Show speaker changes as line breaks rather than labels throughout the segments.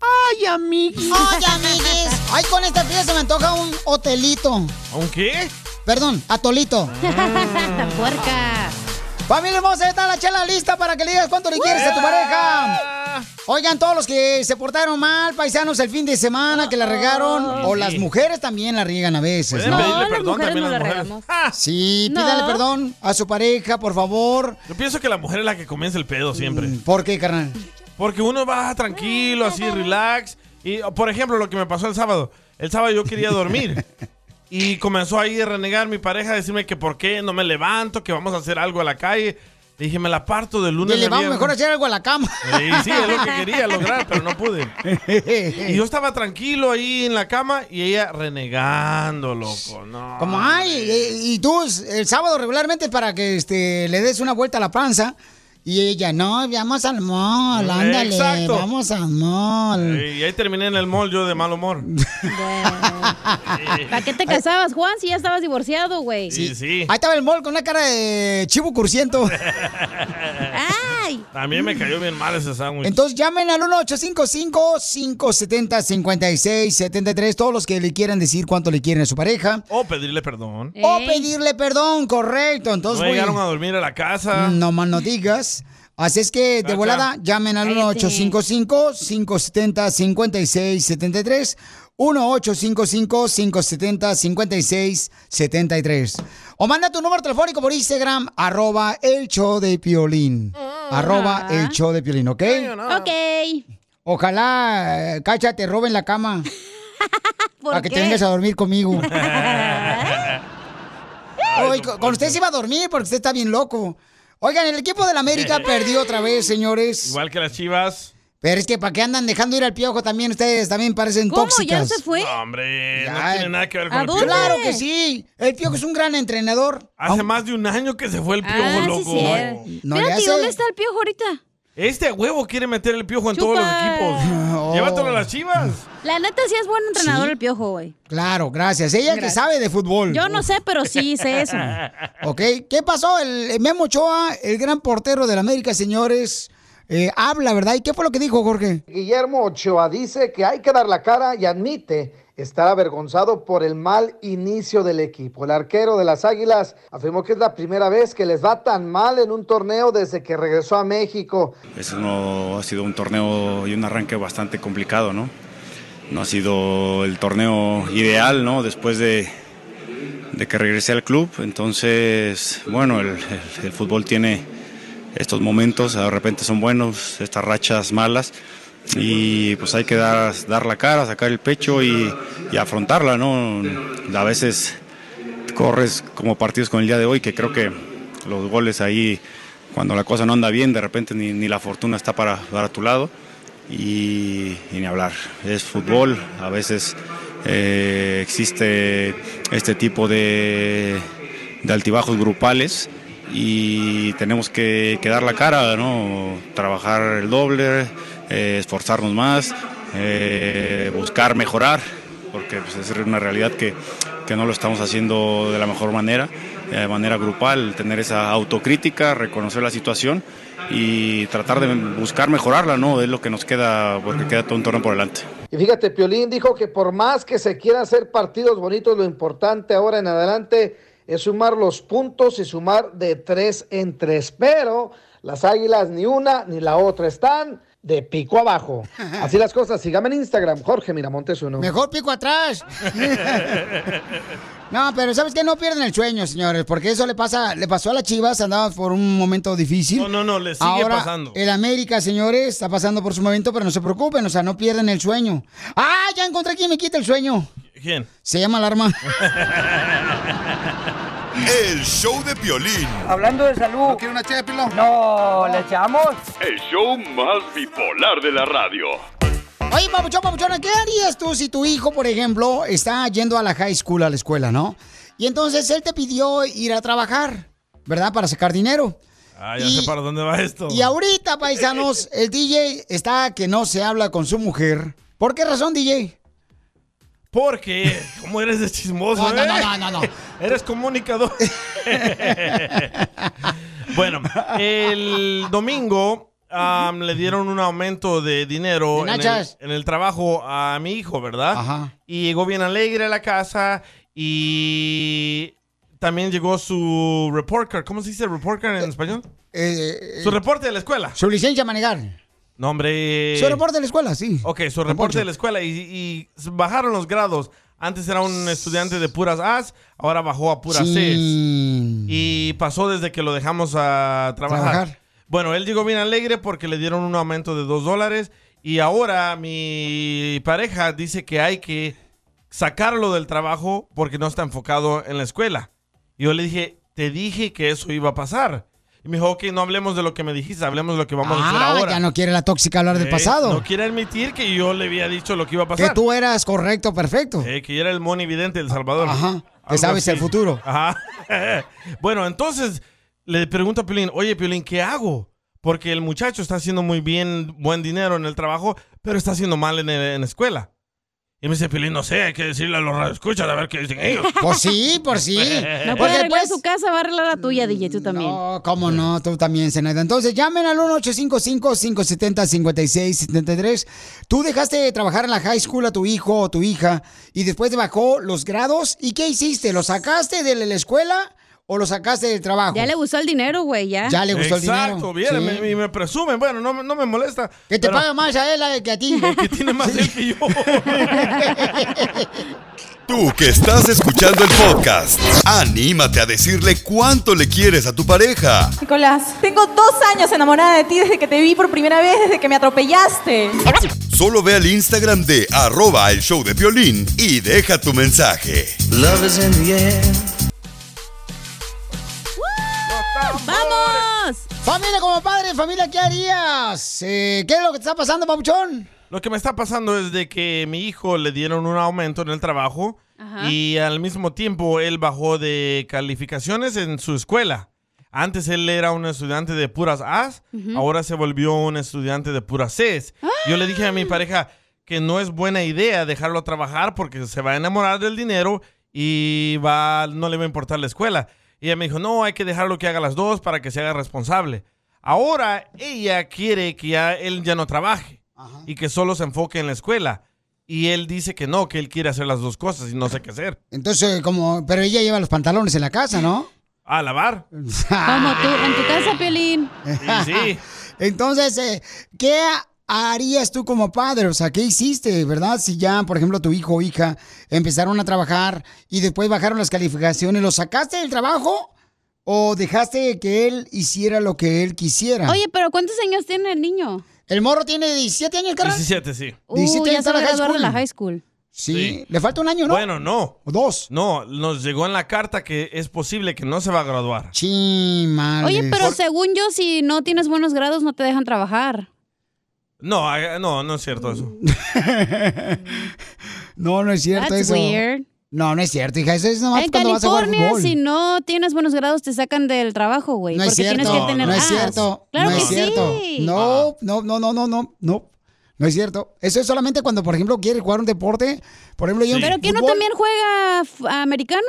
¡Ay, amiguis!
¡Ay, amiguis! ¡Ay, con esta fiesta se me antoja un hotelito!
¿Un qué?
Perdón, atolito.
Ah, puerca.
Familia hermosa, está la chela lista para que le digas cuánto le quieres a tu pareja. Oigan, todos los que se portaron mal, paisanos, el fin de semana, que la regaron, o las mujeres también la riegan a veces,
Pueden
¿no?
pedirle perdón también a las mujeres. Ah.
Sí, pídale
No.
perdón a su pareja, por favor.
Yo pienso que la mujer es la que comienza el pedo siempre.
Mm, ¿Por qué, carnal?
Porque uno va tranquilo, así, relax. Y, o, por ejemplo, lo que me pasó el sábado. El sábado yo quería dormir. y comenzó ahí a renegar mi pareja, a decirme que por qué no me levanto, que vamos a hacer algo a la calle. Le dije, me la parto de lunes
Le, le
a
vamos
viernes.
mejor a hacer algo a la cama.
Sí, sí, es lo que quería lograr, pero no pude. Y yo estaba tranquilo ahí en la cama y ella renegando, loco. No.
Como, ay, eh, y tú el sábado regularmente para que este, le des una vuelta a la panza. Y ella, no, vamos al mall, ándale,
Eh, Exacto.
vamos al mall.
Y ahí terminé en el mall yo de mal humor.
¿Para qué te casabas, Juan, si ya estabas divorciado, güey?
Sí, sí.
Ahí estaba el mall con una cara de chivo cursiento.
¡Ay!
También me cayó bien mal ese sándwich.
Entonces llamen al 1-855-570-5673, todos los que le quieran decir cuánto le quieren a su pareja.
O Oh, pedirle perdón.
O
Ey.
pedirle perdón, correcto. Entonces,
No
voy-
llegaron a dormir a la casa.
No más no digas. Así es que de
Cacha.
volada llamen al
Cállate.
1-855-570-5673. 1-855-570-5673. O manda tu número telefónico por Instagram, arroba el show de Piolín.
Ah.
Arroba el show de Piolín, ¿ok?
Ok.
Ojalá, eh, Cacha, te roben la cama
¿Por
para que
qué?
te vengas a dormir conmigo.
Ah,
Oy, con con usted se iba a dormir porque usted está bien loco. Oigan, el equipo de la América perdió otra vez, señores.
Igual que las chivas.
Pero es que para qué andan dejando ir al piojo también ustedes también parecen
¿Cómo? ¿Ya
tóxicas.
se fue?
No, hombre,
Ya.
no tiene nada que ver con
¿A
el
dónde?
piojo.
Claro que sí. El piojo es un gran entrenador.
Hace más de un año que se fue el piojo,
Ah, sí,
loco.
sí. eh.
No le
Espérate,
hace.
¿dónde está el piojo ahorita?
Este huevo quiere meter el piojo en
Chupa.
todos los equipos.
Oh.
Llévatelo a las chivas.
La neta sí es buen entrenador el piojo, güey.
Claro, gracias. Ella que
Gracias.
sabe de fútbol.
Yo no sé, pero sí sé eso.
Ok, ¿qué pasó? El Memo Ochoa, el gran portero de la América, señores, eh, habla, ¿verdad? ¿Y qué fue lo que dijo, Jorge?
Guillermo Ochoa dice que hay que dar la cara y admite estar avergonzado por el mal inicio del equipo. El arquero de las Águilas afirmó que es la primera vez que les va tan mal en un torneo desde que regresó a México.
Es uno, ha sido un torneo y un arranque bastante complicado, ¿no? No ha sido el torneo ideal, ¿no? Después de, de que regresé al club. Entonces, bueno, el, el- el fútbol tiene estos momentos, de repente son buenos, estas rachas malas. Y pues hay que dar, dar la cara, sacar el pecho y, y afrontarla, ¿no? A veces corres como partidos con el día de hoy, que creo que los goles ahí, cuando la cosa no anda bien, de repente ni, ni la fortuna está para, para tu lado. Y, y ni hablar, es fútbol, a veces eh, existe este tipo de, de altibajos grupales y tenemos que, que dar la cara, ¿no? trabajar el doble, eh, esforzarnos más, eh, buscar mejorar porque pues, es una realidad que, que no lo estamos haciendo de la mejor manera, eh, de manera grupal, tener esa autocrítica, reconocer la situación y tratar de buscar mejorarla, ¿no? Es lo que nos queda, porque queda todo un torneo por delante.
Y fíjate, Piolín dijo que por más que se quieran hacer partidos bonitos, lo importante ahora en adelante es sumar los puntos y sumar de tres en tres. Pero las Águilas ni una ni la otra están de pico abajo. Así las cosas. Sígame en Instagram, Jorge Miramontes uno.
Mejor pico atrás. no, pero sabes que no pierden el sueño, señores, porque eso le pasa, le pasó a las Chivas, andaban por un momento difícil.
No, no, no, le sigue
Ahora,
pasando.
El América, señores, está pasando por su momento, pero no se preocupen, o sea, no pierden el sueño. ¡Ah! Ya encontré quien me quita el sueño.
¿Quién?
Se llama alarma.
El show de Piolín.
Hablando de salud. ¿No quiere una chépilo? No, ¿le echamos?
El show más bipolar de la radio.
Oye, papuchón, papuchona, ¿qué harías tú si tu hijo, por ejemplo, está yendo a la high school, a la escuela, ¿no? Y entonces él te pidió ir a trabajar, ¿verdad? Para sacar dinero.
Ah, ya
Y-
sé para dónde va esto.
Y ahorita, paisanos, el DJ está que no se habla con su mujer. ¿Por qué razón, DJ?
Porque, ¿cómo eres de chismoso?
No, no,
eh?
no, no, no, no.
Eres comunicador. bueno, el domingo am, le dieron un aumento de dinero
De
en el,
nachas.
en el trabajo a mi hijo, ¿verdad?
Ajá.
Y llegó bien alegre a la casa y también llegó su report card. ¿Cómo se dice report card en español?
Eh, eh,
Su reporte de la escuela.
su licencia a manejar.
No, hombre.
Su reporte de la escuela, sí.
Ok, su reporte
Poncho.
de la escuela y, y bajaron los grados. Antes era un estudiante de puras A's, ahora bajó a puras C's.
Sí.
Y pasó desde que lo dejamos a trabajar.
Trabajar.
Bueno, él llegó bien alegre porque le dieron un aumento de dos dólares. Y ahora mi pareja dice que hay que sacarlo del trabajo porque no está enfocado en la escuela. Y yo le dije, te dije que eso iba a pasar. Y me dijo, ok, no hablemos de lo que me dijiste, hablemos de lo que vamos a hacer
Ah,
ahora.
ya no quiere la tóxica hablar del
Eh,
pasado.
No quiere admitir que yo le había dicho lo que iba a
que
pasar.
tú eras correcto, perfecto.
Eh, que yo era el mono vidente del Salvador.
Ajá. Que
Algo
sabes el
así.
futuro.
Ajá. bueno, entonces le pregunto a Piolín, oye, Piolín, ¿qué hago? Porque el muchacho está haciendo muy bien, buen dinero en el trabajo, pero está haciendo mal en, eh, en escuela. Y me dice, Piolín, no sé, hay que decirle a los escuchas a ver qué dicen ellos.
Pues sí, por sí.
Eh.
No puede
Porque
arreglar
después-
su casa, va a arreglar la tuya, DJ, tú también.
No, cómo no, tú también, Zenaida. Entonces, llamen al 1-855-570-5673. Tú dejaste de trabajar en la high school a tu hijo o tu hija y después te bajó los grados. ¿Y qué hiciste? ¿Lo sacaste de la escuela o lo sacaste del trabajo?
Ya le gustó el dinero, güey, ya.
Ya le gustó
Exacto,
el dinero.
bien,
Sí.
me- y me, presumen, bueno, no, me- no me molesta.
Que te
pero
paga más a él eh, que a ti.
Que tiene más él que yo.
Tú que estás escuchando el podcast, anímate a decirle cuánto le quieres a tu pareja.
Nicolás, tengo dos años enamorada de ti desde que te vi por primera vez, desde que me atropellaste.
Solo ve al Instagram de arroba el show de violín y deja tu mensaje.
¡Vamos!
Familia como padre, familia, ¿qué harías? Eh, ¿Qué es lo que te está pasando, papuchón?
Lo que me está pasando es de que mi hijo le dieron un aumento en el trabajo
Ajá.
y al mismo tiempo él bajó de calificaciones en su escuela. Antes él era un estudiante de puras A's, ahora se volvió un estudiante de puras C's. Yo le dije a mi pareja que no es buena idea dejarlo trabajar porque se va a enamorar del dinero y va, no le va a importar la escuela. Y ella me dijo, no, hay que dejarlo que haga las dos para que se haga responsable. Ahora ella quiere que ya él ya no trabaje y que solo se enfoque en la escuela. Y él dice que no, que él quiere hacer las dos cosas y no sé qué hacer.
Entonces, como, pero ella lleva los pantalones en la casa, ¿no?
A lavar.
Como tú, en tu casa, Piolín.
Sí, sí.
Entonces, eh, ¿qué harías tú como padre? O sea, ¿qué hiciste, verdad? Si ya, por ejemplo, tu hijo o hija empezaron a trabajar y después bajaron las calificaciones, ¿lo sacaste del trabajo o dejaste que él hiciera lo que él quisiera?
Oye, pero ¿cuántos años tiene el niño?
El morro tiene 17 años, carnal.
17, sí.
Uh,
17
ya
años
se
está
va a
la high
graduar de la
school.
high school.
Sí.
Sí.
le falta un año, ¿no?
Bueno, no.
O dos.
No, nos llegó en la carta que es posible que no se va a graduar.
Chimales.
Oye, pero según yo, si no tienes buenos grados, no te dejan trabajar.
No, ah, no, no es cierto eso.
No, no es cierto
That's
eso.
weird.
No, no es cierto, hija. Eso es nomás
En
cuando vas a jugar
California,
fútbol.
si no tienes buenos grados, te sacan del trabajo, güey.
No es
porque
cierto.
tienes que tener
no es
as.
cierto.
Claro
no
que
es cierto.
sí.
No, no, no, no, no, no, no. No es cierto. Eso es solamente cuando, por ejemplo, quieres jugar un deporte. Por ejemplo, yo. en
¿Pero que no
fútbol-
también juega f- americano?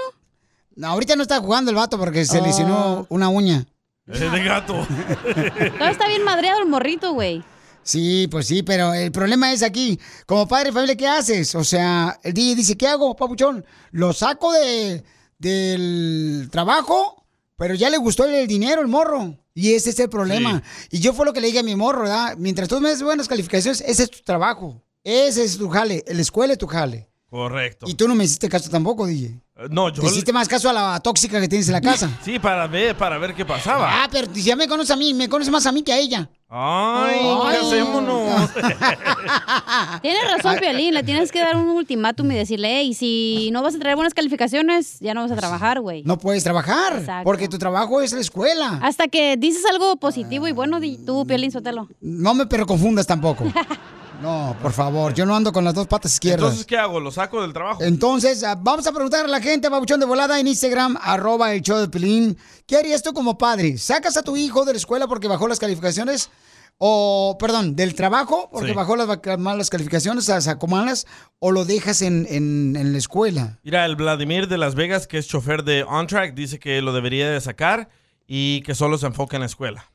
No, ahorita no está jugando el vato porque se
Ah.
lesionó una uña.
Es de gato.
Claro, está bien madreado el morrito, güey.
Sí, pues sí, pero el problema es aquí. Como padre de familia, ¿qué haces? O sea, el DJ dice, ¿qué hago, papuchón? Lo saco de, del trabajo, pero ya le gustó el dinero, el morro. Y ese es el problema. Y yo fue lo que le dije a mi morro, ¿verdad? Mientras tú me des buenas calificaciones, ese es tu trabajo. Ese es tu jale. La escuela es tu jale.
Correcto.
Y tú no me hiciste caso tampoco, DJ.
No,
Te
yo.
hiciste más caso a la tóxica que tienes en la casa.
Sí, para ver, para ver qué pasaba.
Ah, pero ya me conoces a mí, me conoces más a mí que a ella.
Ay,
Ay.
¿qué hacemos?
Ah.
Tienes razón, Piolín. Le tienes que dar un ultimátum y decirle, hey, si no vas a traer buenas calificaciones, ya no vas a trabajar, güey.
No puedes trabajar,
Exacto.
porque tu trabajo es la escuela.
Hasta que dices algo positivo y bueno, di- tú, Piolín, suéltalo.
No me pero confundas tampoco. No, por favor, yo no ando con las dos patas
Entonces,
izquierdas.
¿qué hago? ¿Lo saco del trabajo?
Entonces, ah, vamos a preguntar a la gente, babuchón de volada, en Instagram, arroba el show de Pelín. ¿Qué harías tú como padre? ¿Sacas a tu hijo de la escuela porque bajó las calificaciones? O, perdón, del trabajo porque
Sí.
bajó las vaca- malas calificaciones, las sacó malas, o lo dejas en, en- en la escuela.
Mira, el Vladimir de Las Vegas, que es chofer de OnTrack, dice que lo debería de sacar y que solo se enfoque en la escuela.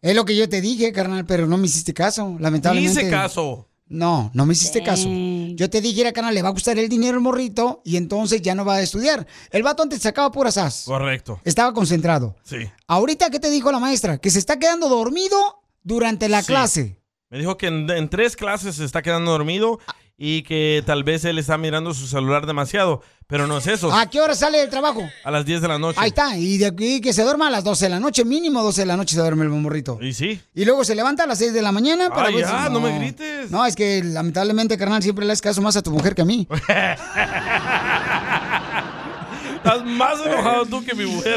Es lo que yo te dije, carnal, pero no me hiciste caso, lamentablemente.
Hice caso.
No, no me hiciste caso. Yo te dije, era carnal, le va a gustar el dinero al morrito y entonces ya no va a estudiar. El vato antes sacaba puras as.
Correcto.
Estaba concentrado.
Sí.
Ahorita, ¿qué te dijo la maestra? Que se está quedando dormido durante la
Sí.
clase.
Me dijo que en, en tres clases se está quedando dormido y que tal vez él está mirando su celular demasiado. Pero no es eso.
¿A Ah, qué hora sale del trabajo?
A las 10 de la noche.
Ahí está. Y de aquí que se duerma a las 12 de la noche, mínimo 12 de la noche se duerme el morrito.
Y sí.
Y luego se levanta a las 6 de la mañana para
Ay,
ver
ya, no me grites.
No, es que lamentablemente, carnal, siempre le haces caso más a tu mujer que a mí.
Estás más enojado tú que mi mujer.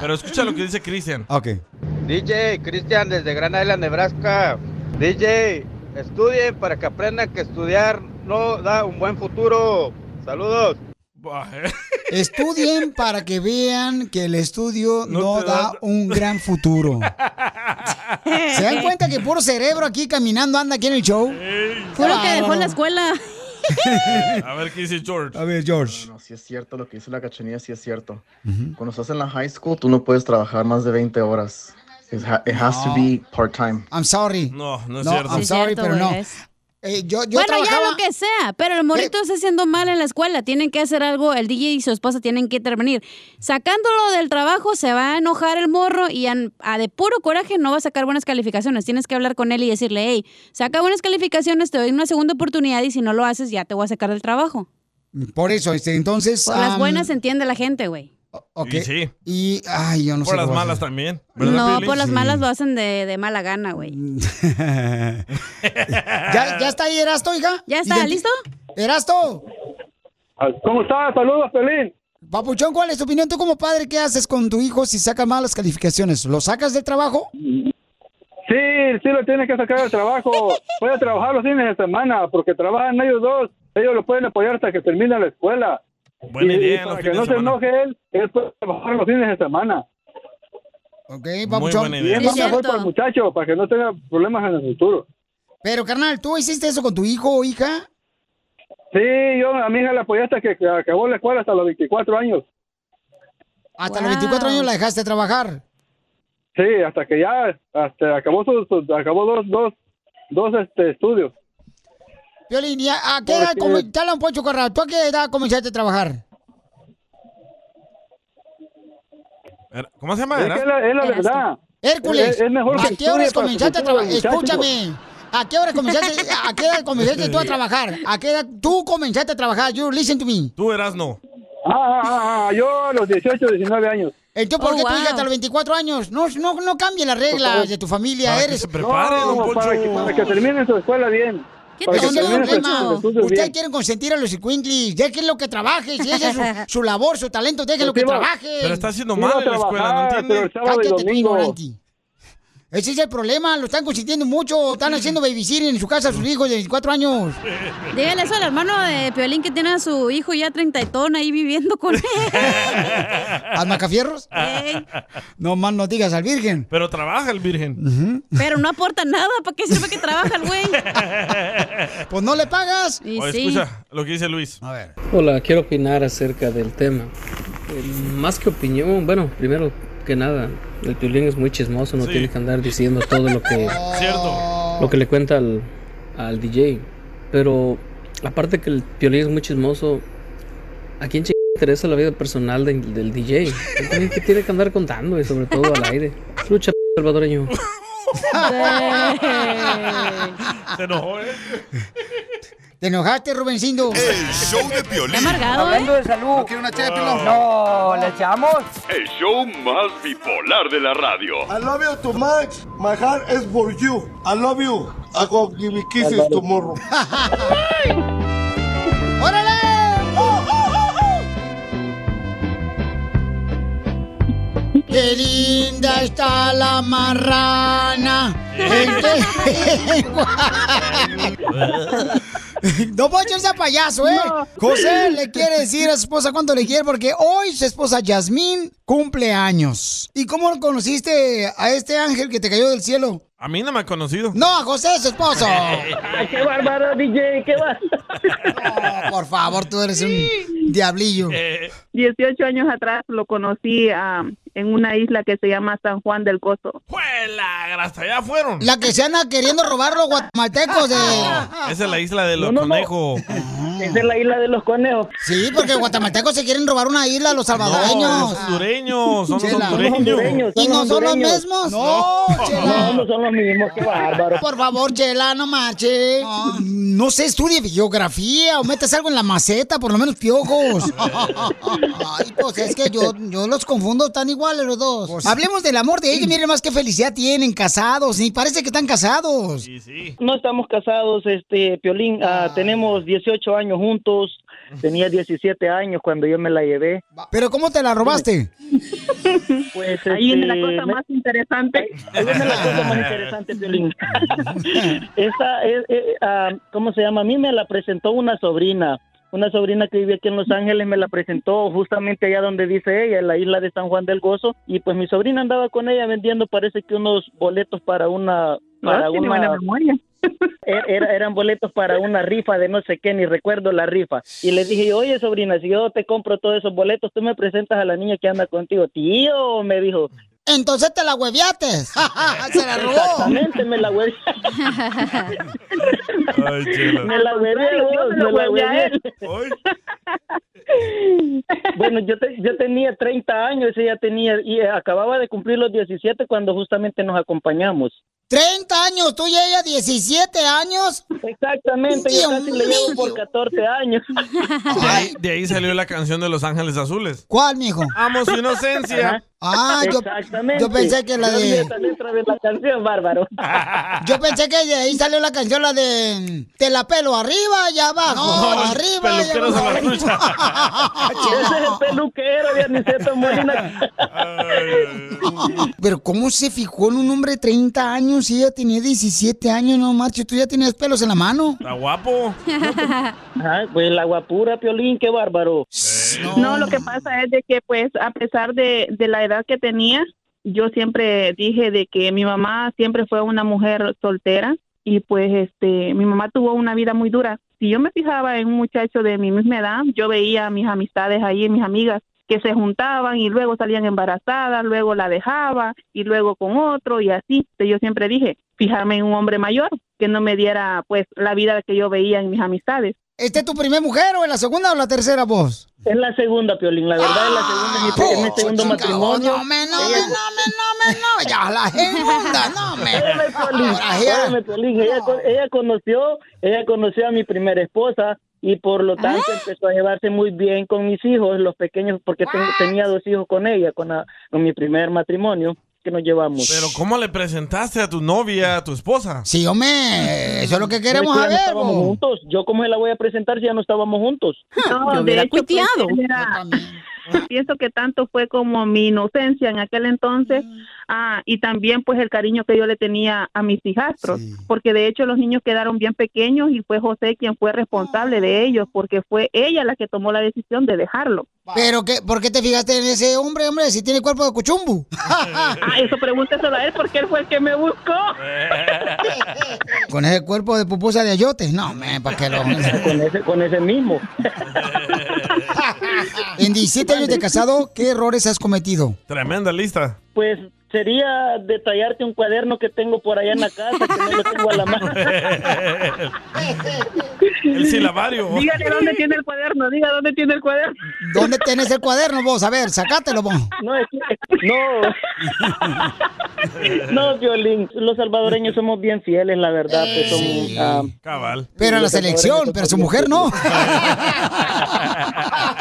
Pero escucha lo que dice Cristian.
Ok.
DJ, Cristian desde Gran Island, Nebraska. DJ, estudien para que aprendan que estudiar no da un buen futuro. Saludos.
eh.
Estudien para que vean que el estudio no,
te
da
da-
un gran futuro. ¿Se dan cuenta que puro cerebro aquí caminando anda aquí en el show?
Fue lo que dejó en la
escuela.
A ver qué dice George.
A ver, George.
No, sí es cierto, lo que dice la cachanilla sí es cierto. Cuando estás en la high school, tú no puedes trabajar más de 20 horas. It, ha- it has to
No.
be part-time.
I'm sorry.
No,
no es cierto.
I'm
Sí es
sorry,
cierto,
pero
güey,
no.
es-
Eh, yo, yo
Bueno,
trabajaba-
ya lo que sea, pero el morrito está haciendo mal en la escuela, tienen que hacer algo, el DJ y su esposa tienen que intervenir. Sacándolo del trabajo se va a enojar el morro y an- a, de puro coraje no va a sacar buenas calificaciones, tienes que hablar con él y decirle, hey, saca buenas calificaciones, te doy una segunda oportunidad y si no lo haces ya te voy a sacar del trabajo.
Por eso, este, entonces.
Por las
am,
buenas entiende la gente, güey.
ok.
Y sí.
Y, ay, yo no
Por
sé.
las
qué voy a
malas también. ¿verdad,
No,
Piolín?
por las malas lo hacen de, de mala gana, güey.
hacer. ¿Ya, ¿Ya está ahí, Erasto, hija?
¿Ya está, listo?
Eh. Erasto.
¿Cómo estás? Saludos, Pelín.
Papuchón, ¿cuál es tu opinión? Tú como padre, ¿qué haces con tu hijo si saca malas calificaciones? ¿Lo sacas del trabajo?
Sí, sí lo tienes que sacar del trabajo. Puede trabajar los fines de semana porque trabajan ellos dos. Ellos lo pueden apoyar hasta que termine la escuela.
Buena
Y- y
idea, los
para que
fines
no
de
se
semana.
enoje él, él puede trabajar los fines de semana.
Ok,
papuchón.
buena
Y
idea.
es
Sí,
más mejor
cierto.
para el muchacho, para que no tenga problemas en el futuro.
Pero, carnal, ¿tú hiciste eso con tu hijo o hija?
Sí, yo a mi hija la apoyé hasta que que acabó la escuela, hasta los 24 años.
Hasta los 24 años la dejaste trabajar.
Sí, hasta que ya hasta acabó sus, sus- acabó dos, dos, dos este, estudios.
Violín, ¿y a, a qué edad?
Porque-
come- te habla un Poncho Corral, ¿tú a qué edad comenzaste a trabajar?
Era- ¿Cómo se llama?
Es que es la- es la Erasto. verdad.
Hércules,
Es- es mejor
¿a
que
qué horas
estudie para
comenzaste a
que
trabajar?
funcione el muchacho.
Escúchame. ¿A qué hora comenzaste, a qué edad comenzaste tú a trabajar? ¿A qué edad tú comenzaste a trabajar? You listen to me.
Tú eras no.
Ah, ah, ah, yo a los 18, 19 años.
Entonces, ¿por
Oh,
qué tú
wow.
hija hasta los 24 años? No, no, no cambie las reglas de tu familia.
Para que
eres.
se prepare, No, don Poncho. para que- para que termine su escuela bien.
¿Qué
Para que
tengo
termine sus-
problema?
sus estudios
Ustedes
bien.
quieren consentir a los escuinclis. Déjenlo que trabaje. Si esa es su, su labor, su talento, déjenlo
Pero
que
iba-
trabaje.
Pero está haciendo
Iba a
mal en la escuela, ¿no
trabajar, pero
entiendes?
el sábado y
Cállate, tú
domingo.
ignorante. Ese es el problema. Lo están consintiendo mucho. Están haciendo babysitting en su casa a sus hijos de 24 años.
Dígale eso al hermano de Piolín que tiene a su hijo ya treintaitón ahí viviendo con él.
¿Al Macafierros? No más no digas al virgen.
Pero trabaja el virgen.
Pero no aporta nada, ¿para qué sirve que trabaja el güey?
Pues no le pagas.
Oye, escucha lo que dice Luis.
A ver.
Hola, quiero opinar acerca del tema. Eh, más que opinión, bueno, primero que nada, el Piolín es muy chismoso, no
Sí.
tiene que andar diciendo todo lo que, lo que le cuenta al, al DJ. Pero aparte que el Piolín es muy chismoso, ¿a quién chingada le interesa la vida personal del- del DJ? Él tiene que- tiene que andar contando y sobre todo al aire. Lucha, p- salvadoreño.
Se enojó, ¿eh?
¿Te enojaste, Rubencindo?
El show de Piolín.
¿eh?
Hablando de salud. ¿No quiere una ché de pilón? No, ¿le echamos?
El show más bipolar de la radio.
I love you too much. My heart is for you. I love you. I go give you kisses tomorrow.
¡Órale! ¡Qué linda está la marrana! ¿En qué- No puedo echarse payaso, ¿eh? José le quiere decir a su esposa cuánto le quiere porque hoy su esposa Yasmín cumple años. ¿Y cómo conociste a este ángel que te cayó del cielo?
A mí no me ha conocido.
No, a José, su esposo.
¡Qué
bárbaro, DJ! ¡Qué bárbaro! por favor, tú eres un diablillo.
18 años atrás lo conocí, ah, en una isla que se llama San Juan del Coso.
¡Fuela! Hasta allá fueron.
La que se anda queriendo robar los guatemaltecos de...
Esa es la isla de los conejos.
Esa es la isla de los conejos.
Sí, porque guatemaltecos se quieren robar una isla a los
No,
salvadoreños.
los hondureños, son los
Chela.
hondureños.
¿Y no son los mismos? No, Chela.
No son los mismos, qué bárbaro.
Por favor, Chela, no marches. No sé, estudie geografía o metes algo en la maceta, por lo menos piojos. Ay, pues es que yo, yo los confundo tan iguales los dos. Pues Hablemos del amor de ellos, miren más qué felicidad tienen casados, ni parece que están casados.
No estamos casados, este, Piolín. ah, tenemos 18 años juntos. Tenía 17 años cuando yo me la llevé.
¿Pero cómo te la robaste?
Pues,
Ahí viene la
este,
cosa
me-
más interesante.
Ahí viene la cosa más interesante, Piolín. Esa, es, eh, ah, ¿cómo se llama? A mí me la presentó una sobrina. Una sobrina que vive aquí en Los Ángeles me la presentó justamente allá donde dice ella, en la isla de San Juan del Gozo. Y pues mi sobrina andaba con ella vendiendo, parece que unos boletos para una. Para
Ah, tiene
una
buena memoria.
Er- era- eran boletos para una rifa de no sé qué, ni recuerdo la rifa. Y le dije, oye sobrina, si yo te compro todos esos boletos, tú me presentas a la niña que anda contigo. Tío, me dijo.
Entonces te la hueviaste. Se la robó.
Exactamente, me la huele. me la huele
Al contrario, yo se lo
me la
huele a
huele.
él.
Bueno, yo, te- yo tenía 30 años, ella tenía, y eh, acababa de cumplir los 17 cuando justamente nos acompañamos.
30 años, tú y ella 17 años.
Exactamente, yo casi le llevo por 14 años.
De ahí, de ahí salió la canción de Los Ángeles Azules.
¿Cuál, mijo?
Amo su inocencia.
Ah, yo, yo pensé que la de.
la canción, bárbaro.
Yo pensé que de ahí salió la canción, la de. Te la pelo arriba y abajo.
No,
arriba y
peluqueros
abajo.
a la lucha.
Ese es el peluquero de Aniceto Molina.
Pero ¿cómo se fijó en un hombre de 30 años y ella tenía 17 años? No marches, tú ya tenías pelos en la mano.
Está guapo.
Ajá, pues la guapura, Piolín, qué bárbaro.
No, lo que pasa es de que pues a pesar de, de la edad que tenía, yo siempre dije de que mi mamá siempre fue una mujer soltera y pues este mi mamá tuvo una vida muy dura. Si yo me fijaba en un muchacho de mi misma edad, yo veía a mis amistades ahí, mis amigas que se juntaban y luego salían embarazadas, luego la dejaba y luego con otro y así. Entonces, Yo siempre dije, fijarme en un hombre mayor que no me diera pues la vida que yo veía en mis amistades.
¿Esta es tu primera mujer o en la segunda o la tercera voz?
Es la segunda, Piolín, la verdad es la segunda en este- en este segundo matrimonio.
Ah, No me, no me, no me, no me, no. Ya la segunda, no me.
Espérame, Piolín, espérame, Piolín, Ella, con- ella conoció, ella conoció a mi primera esposa y por lo tanto
¿Eh?
empezó a llevarse muy bien con mis hijos, los pequeños, porque tengo- tenía dos hijos con ella, con, la- con mi primer matrimonio que nos llevamos.
Pero ¿cómo le presentaste a tu novia, a tu esposa?
Sí, hombre, eso es lo que
Pues ya no estábamos juntos. Yo cómo se la voy a presentar si ya no estábamos juntos.
No, de hecho, pues, era- pienso que tanto fue como mi inocencia en aquel entonces ah, y también pues el cariño que yo le tenía a mis hijastros, porque de hecho los niños quedaron bien pequeños y fue José quien fue responsable de ellos, porque fue ella la que tomó la decisión de dejarlo.
¿Pero qué, por qué te fijaste en ese hombre, hombre, si tiene cuerpo de cuchumbu?
ah, eso pregúnteselo a él porque él fue el que me buscó.
Con ese cuerpo de pupusa de ayote. No, me, para que lo... Con
ese, con ese mismo.
En 17 años de casado, ¿qué errores has cometido?
Tremenda lista.
Pues sería detallarte un cuaderno que tengo por allá en la casa, que no lo tengo a la mano.
El silabario.
Dígale dónde tiene el cuaderno, diga dónde tiene el cuaderno.
¿Dónde tenés el cuaderno vos? A ver, sacátelo vos.
No, es que- no. no, Violín, los salvadoreños somos bien fieles, la verdad. pues, son, ah,
Cabal.
Eh, Pero a la selección, pero su mujer no.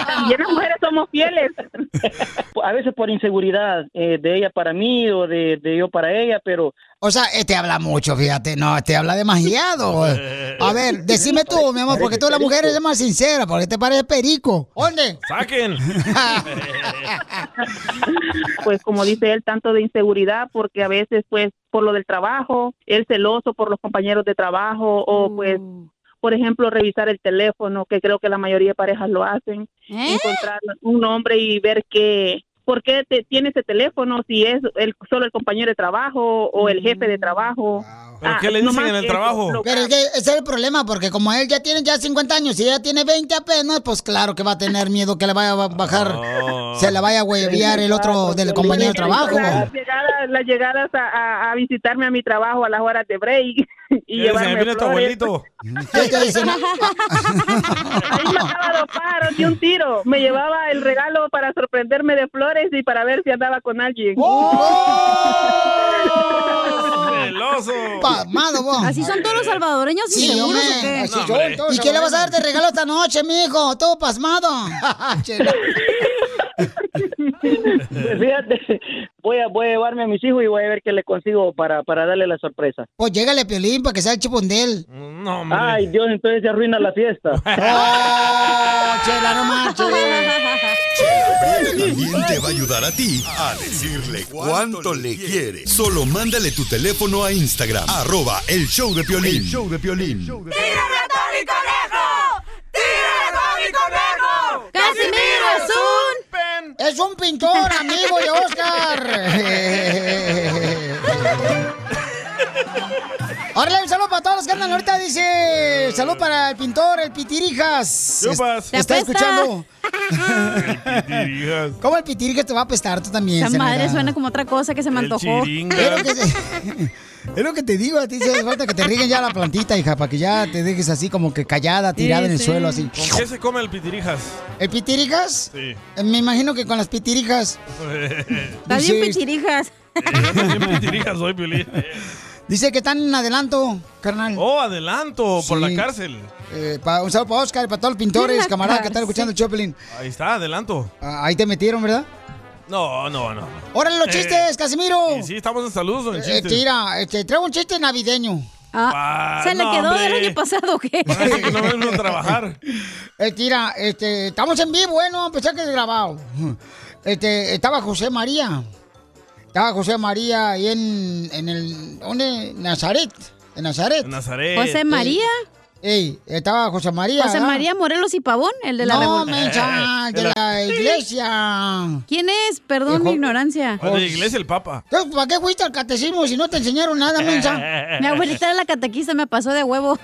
También las mujeres somos fieles.
a veces por inseguridad eh, de ella para mí o de, de yo para ella, pero...
O sea, este habla mucho, fíjate. No, este habla demasiado. A ver, decime tú, mi amor, porque tú la mujer eres más sincera, porque te parece perico. ¿Dónde?
¡Saquen!
pues como dice él, tanto de inseguridad, porque a veces pues por lo del trabajo, él celoso por los compañeros de trabajo o pues, por ejemplo, revisar el teléfono, que creo que la mayoría de parejas lo hacen, encontrar un nombre y ver qué, ¿por qué te tiene ese teléfono si es el, solo el compañero de trabajo o el jefe de trabajo?
¿Pero
Ah,
qué le dicen
nomás
en el
es
trabajo?
lo-
Pero es que ese es el problema, porque como él ya tiene ya 50 años y ella tiene 20 apenas, pues claro que va a tener miedo que le vaya a bajar, se la vaya a hueviar el
Ah,
otro del compañero de trabajo.
Las llegadas, las llegadas a, a- a visitarme a mi trabajo a las horas de break
¿Qué dicen?
y
Ahí
llevarme
viene tu
flores.
abuelito.
¿Qué te dicen?
Ahí me daba dos paros y un tiro. Me llevaba el regalo para sorprenderme de flores y para ver si andaba con alguien.
¡Celoso!
Palmado, vos.
Así son todos los salvadoreños
Sí,
inseguros
hombre,
o qué?
así No, son hombre. todos ¿Y qué le vas a dar de regalo esta noche, mijo? Todo pasmado. Chela.
Fíjate, voy a, voy a llevarme a mis hijos y voy a ver qué le consigo para, para darle la sorpresa.
pues llégale Piolín para que sea el chipondel.
No,
Ay, Dios, entonces se arruina la fiesta.
chela, no
También te va a ayudar a ti a decirle cuánto le quiere. Solo mándale tu teléfono a Instagram, arroba el show de Piolín. show de Piolín.
¡Casimiro es un
Es un pintor, amigo de Oscar. Ahora un saludo para todos los que andan ahorita. Dice: Salud para el pintor, el Pitirijas.
Yupas.
Est- Está
Te apesta.
escuchando.
Dirijas.
¿Cómo el Pitirijas te va a apestar tú también?
La madre
Zenaida?
suena como otra cosa que se me
El
antojó.
chiringa. Es lo que Es lo que te digo, a ti se hace falta que te rieguen ya la plantita, hija, para que ya te dejes así como que callada, tirada en el suelo, así.
¿Con qué se come el pitirijas?
¿El Pitirijas?
Sí.
Eh, Me imagino que con las Pitirijas.
Está bien
Dice-
pichirijas.
pitirijas soy, Piolín.
Dice que están en adelanto, carnal.
Oh, adelanto por la
Sí.
cárcel.
Eh, pa- un saludo para Oscar, para todos los pintores,
La
camaradas que están
cárcel.
escuchando el Choplin.
Ahí está, adelanto.
Ah, ahí te metieron, ¿verdad?
No, no, no.
¡Órale los
Eh,
chistes, Casimiro!
y sí, estamos en saludos o en
Eh,
chistes.
tira, este, traigo un chiste navideño.
Ah, ¿se le no, quedó hombre. del año
pasado o qué?
que no vengo a trabajar.
Eh, tira, este, estamos en vivo, bueno, a pesar que es grabado. Este, estaba José María. Estaba José María ahí en, en el. ¿Dónde? Nazaret. En Nazaret.
En Nazaret.
¿José María?
Ey, estaba José María.
José
¿verdad?
María Morelos y Pavón, el de la
No,
revolución.
mensa, de la iglesia.
¿Quién es? Perdón
Dejó-
mi ignorancia.
Oye, de iglesia el Papa.
Entonces, ¿Para qué fuiste al catecismo si no te enseñaron nada, mensa?
Mi abuelita era la catequista, me pasó de huevo.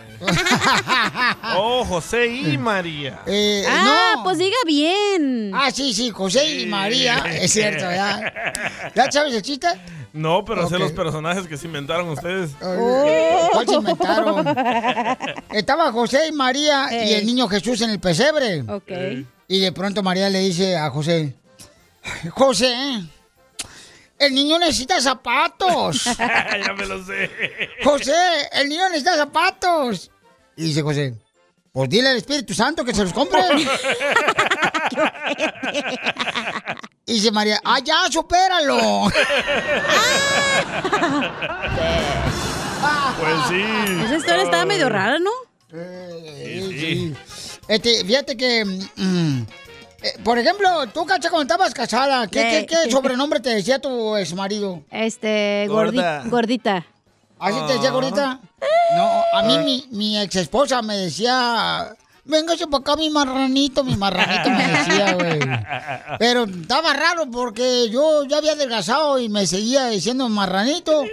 Oh, José y María.
Eh,
ah, pues diga bien.
Ah, sí, sí, José y María, es cierto, ¿verdad? ¿Ya sabes el chiste?
Eh. No, pero sé
Ok. Oh,
los personajes que se inventaron ustedes.
Oh.
¿Cuál se inventaron? Estaba José y María y el niño Jesús en el pesebre.
Ok.
Y de pronto María le dice a José, José, el niño necesita zapatos.
ya me lo sé.
José, el niño necesita zapatos. Y dice José, pues dile al Espíritu Santo que se los compre. y dice María, ah, ya, supéralo.
Pues sí.
Esa historia estaba medio rara, ¿no?
Sí,
Este, fíjate que, mm, eh, por ejemplo, tú, Cacha, cuando estabas casada, ¿qué,
Sí.
qué- qué sobrenombre te decía tu ex marido?
Este, gordi-
Gorda.
gordita.
¿Así te decía
Ah.
gordita? No, a mí mi, ex esposa me decía, véngase para acá mi marranito, mi marranito me decía, güey. Pero estaba raro porque yo ya había adelgazado y me seguía diciendo marranito.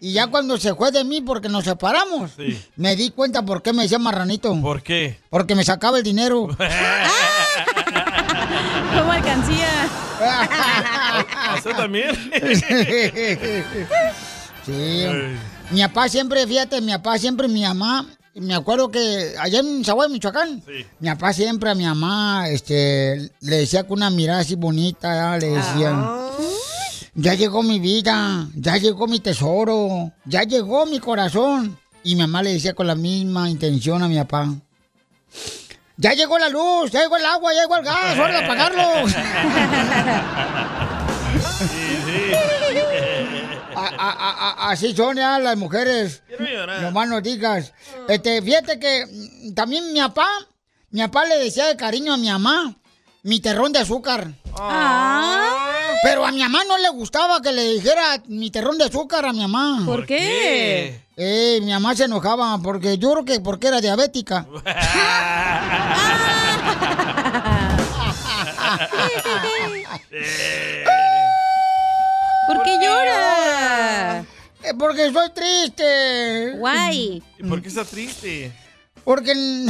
Y ya cuando se fue de mí porque nos separamos,
Sí.
me di cuenta por qué me decía marranito.
¿Por qué?
Porque me sacaba el dinero.
Como alcancía.
¿A usted también?
Sí. Mi papá siempre, fíjate, mi papá siempre, mi mamá, me acuerdo que allá en Zaguay, Michoacán, mi papá siempre a mi mamá, este, le decía con una mirada así bonita, ya, le decía, ya llegó mi vida, ya llegó mi tesoro, ya llegó mi corazón. Y mi mamá le decía con la misma intención a mi papá. Ya llegó la luz, ya llegó el agua, ya llegó el gas, hora de apagarlo.
Sí, sí.
A- a- a- así son ya las mujeres. Nomás no digas. Este, fíjate que mm, también mi papá, mi papá le decía de cariño a mi mamá, mi terrón de azúcar.
Ah.
Pero a mi mamá no le gustaba que le dijera mi terrón de azúcar a mi mamá.
¿Por qué?
Eh, mi mamá se enojaba porque yo creo que porque era diabética.
llora?
Eh, Porque soy triste.
Guay.
¿Y por qué está triste?
Porque el-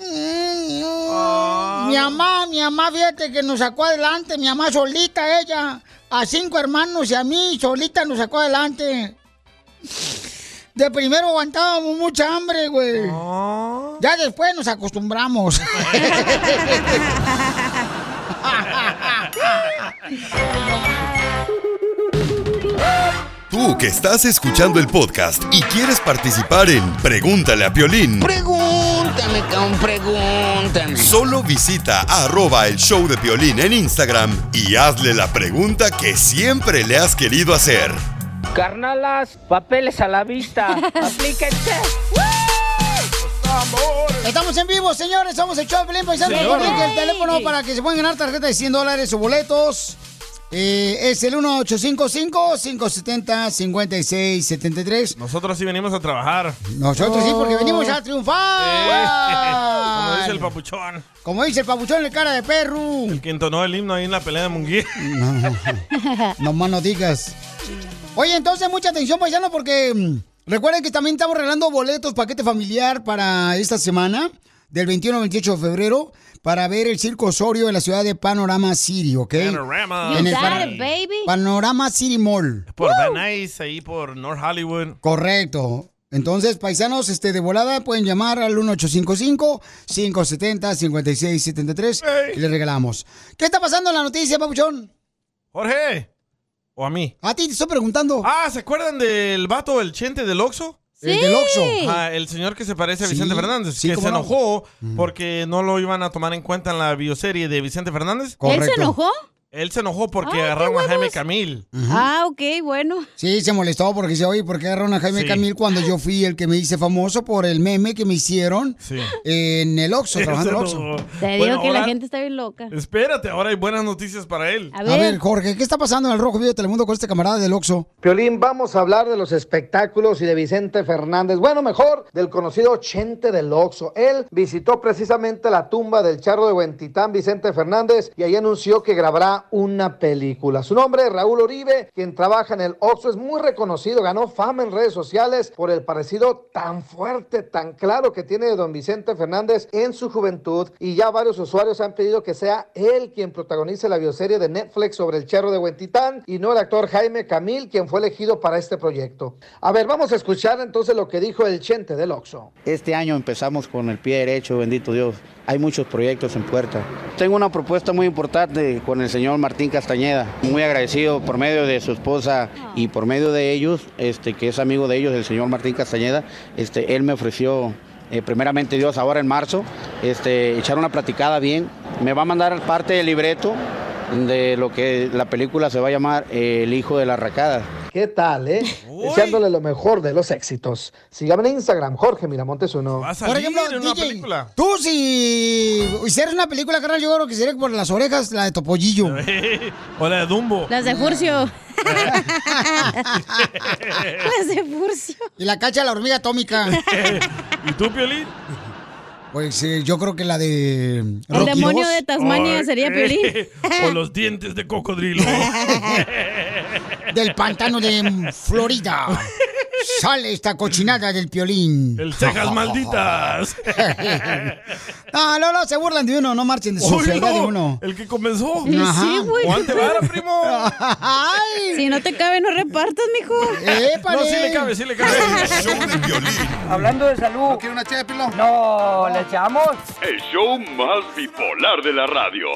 Mm, no. mi mamá, mi mamá, fíjate que nos sacó adelante, mi mamá solita ella, a cinco hermanos y a mí solita nos sacó adelante. De primero aguantábamos mucha hambre, güey. Ya después nos acostumbramos.
Tú que estás escuchando el podcast y quieres participar en Pregúntale a Piolín,
Pregúntame, cabrón, pregúntame.
solo visita arroba el show de Piolín en Instagram y hazle la pregunta que siempre le has querido hacer.
Carnalas, papeles a la vista. Aplíquense.
Estamos en vivo, señores. Somos el show de Pelín Paisano.
Señores.
Recuerden que el teléfono para que se puedan ganar tarjeta de 100 dólares o boletos eh, es el 1855-570-5673.
Nosotros sí venimos a trabajar.
Nosotros sí, porque venimos a triunfar.
Oh. Como dice el papuchón.
Como dice el papuchón, el cara de perro.
El que entonó el himno ahí en la pelea de Munguía.
No más no digas. Oye, entonces mucha atención, paisano, porque mm, recuerden que también estamos regalando boletos, paquete familiar para esta semana, del 21 al 28 de febrero, para ver el Circo Osorio en la ciudad de Panorama City, ¿ok?
Panorama.
En
You
el
got
Pana-
it, baby.
Panorama City Mall.
Por Van Nuys, ahí por North Hollywood.
Correcto. Entonces, paisanos, este, de volada pueden llamar al 1855-570-5673 y les regalamos. ¿Qué está pasando en la noticia, Papuchón?
Jorge. ¿O a mí?
A ti te estoy preguntando.
Ah, ¿se acuerdan del vato, el chente del Oxxo?
El del Oxxo.
Ah, el señor que se parece a Vicente
Sí,
Fernández.
sí,
que
cómo
se
no. Mm.
enojó porque no lo iban a tomar en cuenta en la bioserie de Vicente Fernández.
Correcto.
¿Él se enojó?
Él se enojó porque
Ay, qué
agarraron a Jaime
huevos.
Camil.
Ah, ok, bueno.
Sí, se molestó porque dice, oye, ¿por qué agarraron a Jaime
Sí.
Camil cuando yo fui el que me hice famoso por el meme que me hicieron
Sí.
en el Oxxo,
Eso
trabajando en el
no.
Oxxo?
Te digo
Bueno,
que
ahora-
la gente está bien loca.
Espérate, ahora hay buenas noticias para él.
A ver, Jorge, ¿qué está pasando en el Rojo Vivo de Telemundo con este camarada del Oxxo?
Piolín, vamos a hablar de los espectáculos y de Vicente Fernández. Bueno, mejor del conocido Chente del Oxo. Él visitó precisamente la tumba del charro de Huentitán, Vicente Fernández, y ahí anunció que grabará una película. Su nombre es Raúl Oribe, quien trabaja en el Oxo. Es muy reconocido, ganó fama en redes sociales por el parecido tan fuerte, tan claro que tiene don Vicente Fernández en su juventud. Y ya varios usuarios han pedido que sea él quien protagonice la bioserie de Netflix sobre el charro de Huentitán y no el actor Jaime Camil, quien fue elegido para este proyecto. A ver, vamos a escuchar entonces lo que dijo el Chente del Oxo.
Este año empezamos con el pie derecho, bendito Dios. Hay muchos proyectos en puerta. Tengo una propuesta muy importante con el señor Martín Castañeda. Muy agradecido por medio de su esposa y por medio de ellos, este, que es amigo de ellos, el señor Martín Castañeda. Este, él me ofreció, eh, primeramente Dios, ahora en marzo, este, echar una platicada bien. Me va a mandar parte del libreto de lo que la película se va a llamar eh, El hijo de la racada.
¿Qué tal, eh? Deseándole lo mejor de los éxitos. Síganme en Instagram, Jorge Miramontes uno.
Por ejemplo, DJ, tú si hicieras una película, carnal, yo creo que sería por las orejas la de Topollillo.
o la de Dumbo.
Las de Furcio. Las de Furcio.
Y la cacha de la hormiga atómica.
¿Y tú, Piolín?
Pues eh, yo creo que la de...
El
Rocky
demonio
II.
de Tasmania sería Piolín.
o los dientes de cocodrilo.
Del pantano de Florida. Sale esta cochinada del piolín.
El cejas malditas.
No, no, no, se burlan de uno, no marchen de su
Uy,
fealdad
no,
de uno.
El que comenzó.
Ajá. Sí, güey.
Guante vara, primo.
Si no te cabe, no repartas, mijo.
Eh, No, sí le cabe, sí le cabe.
Hablando de salud. ¿No quiere una ché, Pilo? No, ¿le echamos?
El show más bipolar de la radio.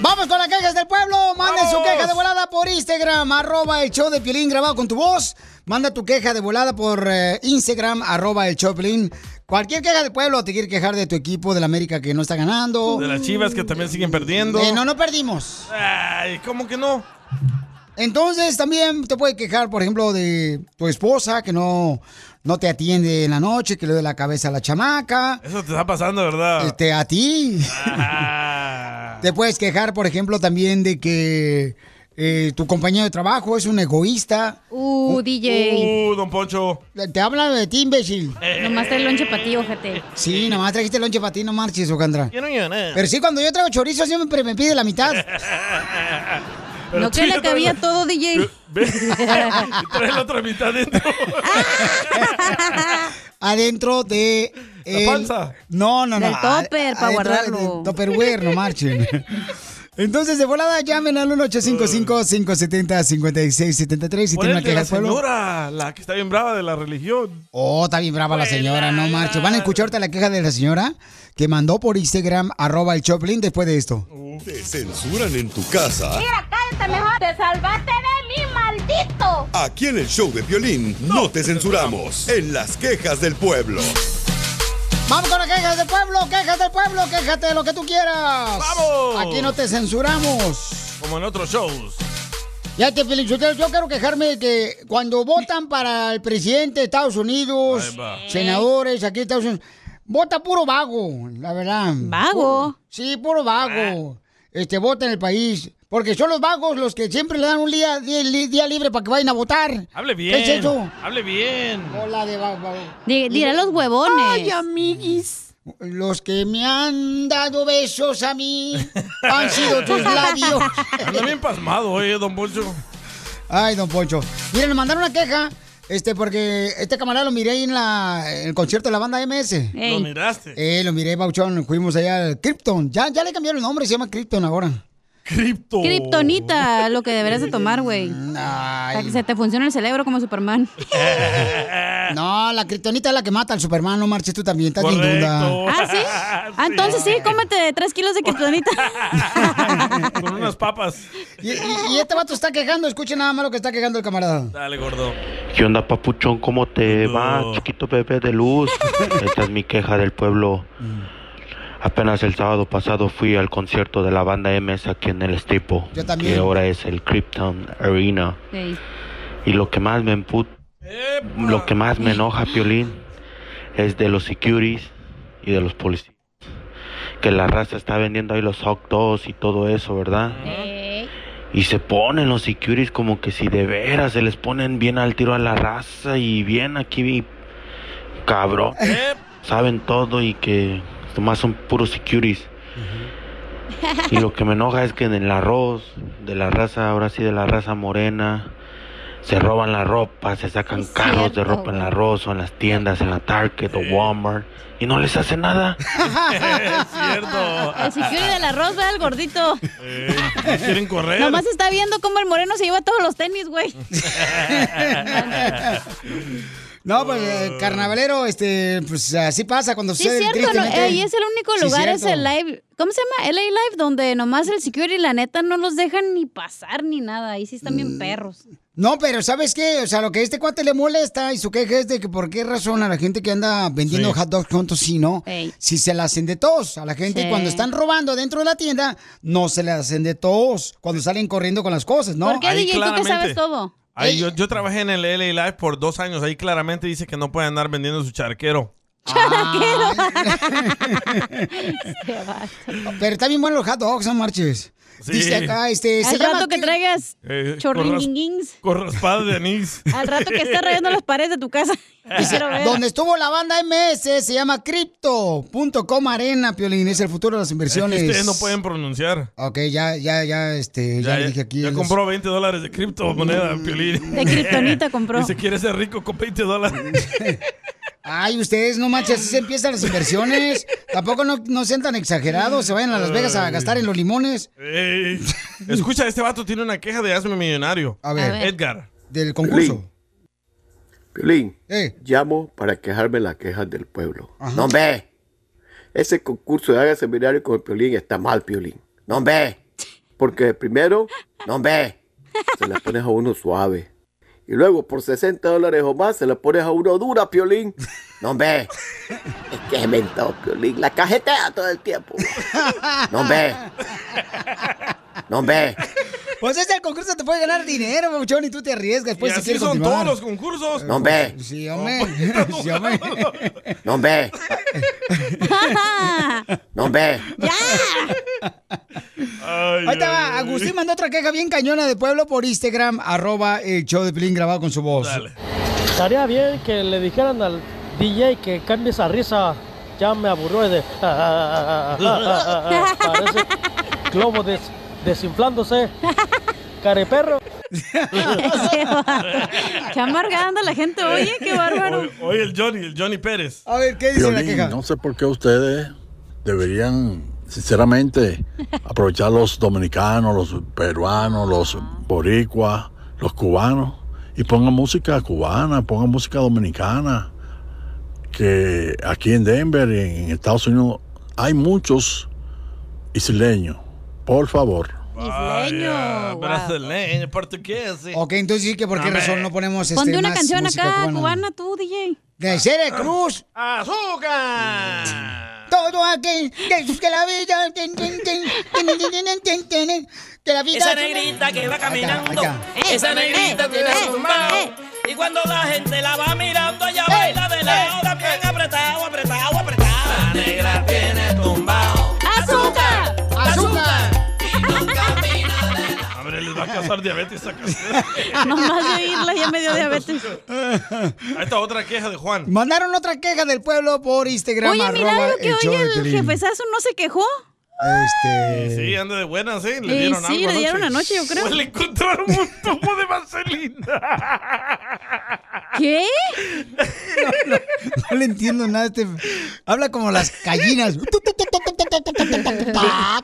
Vamos con las quejas del pueblo. Manden su queja de volada por Instagram, arroba el show de Piolín grabado con tu voz. Manda tu queja de volada por eh, Instagram, arroba el show de Piolín. Cualquier queja del pueblo, te quiere quejar de tu equipo, de la América que no está ganando.
De las chivas que también siguen perdiendo.
Eh, no, no perdimos.
Ay, ¿cómo que no?
Entonces también te puede quejar, por ejemplo, de tu esposa que no, no te atiende en la noche, que le duele la cabeza a la chamaca.
Eso te está pasando, ¿verdad?
Este, a ti.
Ah.
Te puedes quejar, por ejemplo, también de que eh, tu compañero de trabajo es un egoísta.
Uh, DJ.
Uh, don Poncho.
Te hablan de ti, imbécil.
Eh,
Nomás trae el lonche para ti, ojete.
Sí, nomás trajiste lonche para ti, no marches, Ocandra.
Yo no lloré.
Pero sí, cuando yo traigo chorizo siempre me pide la mitad. Eh,
Pero
no
tú
que
ya
le cabía
traes-
todo, DJ.
Traes la otra mitad dentro.
Adentro de...
La
el-
panza.
No, no, no.
Del topper, pa'
Adentro de-
guardarlo.
del Topperware, no marchen. Entonces, de volada, llamen al 1-855-570-5673 si tienen
Ponele
una queja
la
al pueblo.
señora, la que está bien brava de la religión.
Oh, está bien brava la
Pues,
señora, no marches. Van a escucharte la queja de la señora que mandó por Instagram, arroba el Choplin, después de esto.
Uh.
Te censuran en tu casa.
cállate mejor. Te salvaste de mí, maldito.
Aquí en el show de violín no te censuramos. En las quejas del pueblo.
Vamos con las quejas del pueblo, quejas del pueblo, quéjate de lo que tú quieras.
¡Vamos!
Aquí no te censuramos.
Como en otros shows.
Ya te felicito, yo quiero quejarme de que cuando votan para el presidente de Estados Unidos,
Ahí va.
senadores aquí de Estados Unidos, vota puro vago, la verdad. ¿Vago? sí, puro vago. Este, vota en el país. Porque son los vagos los que siempre le dan un día, día, día libre para que vayan a votar.
Hable bien.
¿Qué es eso?
Hable bien.
Hola de vago.
Dirá los huevones.
Ay, amiguis. Los que me han dado besos a mí han sido tus labios.
Anda bien pasmado, oye, don Poncho.
Ay, don Poncho. Miren, me mandaron una queja. Este, porque este camarada lo miré ahí en, la, en el concierto de la banda MS.
Lo miraste.
Eh, lo miré, Bauchón. Fuimos allá al Krypton. Ya, ya le cambiaron el nombre, se llama Krypton ahora.
Krypton.
Kryptonita, lo que deberías de tomar, güey. Para que se te funcione el cerebro como Superman.
Ah.
No, la Kryptonita es la que mata al Superman, no marches tú también, estás bien
Correcto.
duda.
¿Ah, sí? Ah, entonces sí, cómete tres kilos de kryptonita.
Con unas papas.
Y, y- y este vato está quejando, escuchen nada más lo que está quejando el camarada.
Dale, gordo.
¿Qué onda, papuchón? ¿Cómo te va, chiquito bebé de luz? Esta es mi queja del pueblo. Apenas el sábado pasado fui al concierto de la banda MS aquí en el Estipo.
Yo también.
Que ahora es el Krypton Arena. Y lo que más me emput... Lo que más me enoja, Piolín, es de los securities y de los policías. Que la raza está vendiendo ahí los hot dogs y todo eso, ¿verdad? Y se ponen los securities como que si de veras se les ponen bien al tiro a la raza y bien aquí, y- cabrón. Saben todo y que nomás son puros securities. Y lo que me enoja es que en el arroz, de la raza, ahora sí de la raza morena, se roban la ropa, se sacan carros de ropa en el arroz o en las tiendas, en la Target o Walmart, y no les hace nada.
es
cierto.
El security del arroz, ¿verdad? El gordito.
¿no Eh, quieren correr?
Nomás está viendo cómo el moreno se lleva todos los tenis, güey.
No, pues eh,
Ah.
carnavalero, este, pues así pasa cuando
Sí, es
sucede
cierto, no,
tristemente.
ahí Eh, es el único
Sí,
lugar, es
cierto.
el live, ¿cómo se llama? LA Live, donde nomás el security, la neta, no los dejan ni pasar ni nada, ahí sí están
Mm.
bien perros.
No, pero ¿sabes qué? O sea, lo que a este cuate le molesta y su queja es de que por qué razón a la gente que anda vendiendo hot dogs con tocino, si se la hacen de tos. A la gente
Sí.
cuando están robando dentro de la tienda, no se la hacen de tos. Cuando salen corriendo con las cosas, ¿no?
¿Por qué,
ahí
DJ, tú que
claramente.
sabes todo?
Ahí yo, yo trabajé en el LA Live por dos años. Ahí claramente dice que no puede andar vendiendo su charquero.
Ah, Pero está bien bueno los hot dogs, no marches. Dice acá, este, se
Al
llama
rato que traigas
Eh,
chorringuinguins,
Con raspada de anís.
al rato que estés rayando las paredes de tu casa.
Dice,
Quiero ver.
donde estuvo la banda MS se llama Crypto.com Arena, Piolín. Es el futuro de las
Es que
inversiones.
ustedes no pueden pronunciar.
Ok, ya, ya, ya, este, ya,
Ya,
le
ya,
dije aquí.
ya
en los-
compró 20 dólares de criptomoneda, Piolín.
De kriptonita compró.
Y se quiere ser rico con 20 dólares.
Ay, ustedes no manches, así se empiezan las inversiones. Tampoco no, no sean tan exagerados, se vayan a Las Vegas a
Ay.
gastar en los limones.
Ey. Escucha, este vato tiene una queja de hazme millonario.
A ver. A ver.
Edgar.
Del concurso.
Piolín, llamo para quejarme las quejas del pueblo. No ve. Ese concurso de haga seminario con el Piolín está mal, Piolín. No ve. Porque primero, no ve. Se la pones a uno suave. Y luego, por 60 dólares o más, se la pones a uno dura, Piolín. No ve. Es que he inventado, Piolín. La cajetea todo el tiempo. No ve. No ve.
Pues este concurso te puede ganar dinero, Bauchón, y tú te arriesgas.
Y
Pues si
así
quieres
son
continuar.
todos los concursos.
No ve.
Sí, hombre. Sí, hombre.
No ve. No ve.
Ahí te va, Agustín mandó otra queja bien cañona de pueblo por Instagram, arroba el show de Pelín grabado con su voz.
Estaría bien que le dijeran al DJ que cambie esa risa. Ya me aburrió de... Parece globo des- desinflándose. Careperro.
Ah.
Está amargando la gente, oye, qué bárbaro.
Oye, oye, el Johnny, el Johnny Pérez.
A ver, ¿qué
Piolín, no sé por qué ustedes deberían, sinceramente, aprovechar los dominicanos, los peruanos, los boricuas, los cubanos, y pongan música cubana, pongan música dominicana, que aquí en Denver y en Estados Unidos hay muchos isleños. Por favor.
Isleño. Brasileño, portugués. sí.
Ok, entonces sí que por qué
Dame.
razón no ponemos este,
Ponte una
más
canción
música
acá,
cubana.
cubana. tú, DJ.
De Cere Cruz.
¡Azúcar!
Todo aquel que, que la vida... tin, tin, tin, tin, tin, tin, tin, tin, Que la vida...
Esa negrita que va caminando,
Acá, acá.
esa negrita tiene su mano. Y cuando la gente la va mirando, ella baila de lado, también apretado, apretado, apretado. eh. La negra tiene tumbao.
¡Azúcar!
¡Azúcar!
A ver, les va a causar diabetes esta canción.
Nomás de oírla ya me dio diabetes.
Ahí está otra queja de Juan.
Mandaron otra queja del pueblo por Instagram.
Oye,
arroba
mira lo que
el
hoy
show de
el
Piolín.
jefezazo no se quejó.
Este...
Sí, anda de buenas, ¿eh? Le
Eh,
dieron
sí,
algo
le dieron anoche, yo creo.
Pues Le encontraron un tubo de vaselina.
¿Qué?
No, no, no le entiendo nada. a Este... Habla como las gallinas.
¿Ah?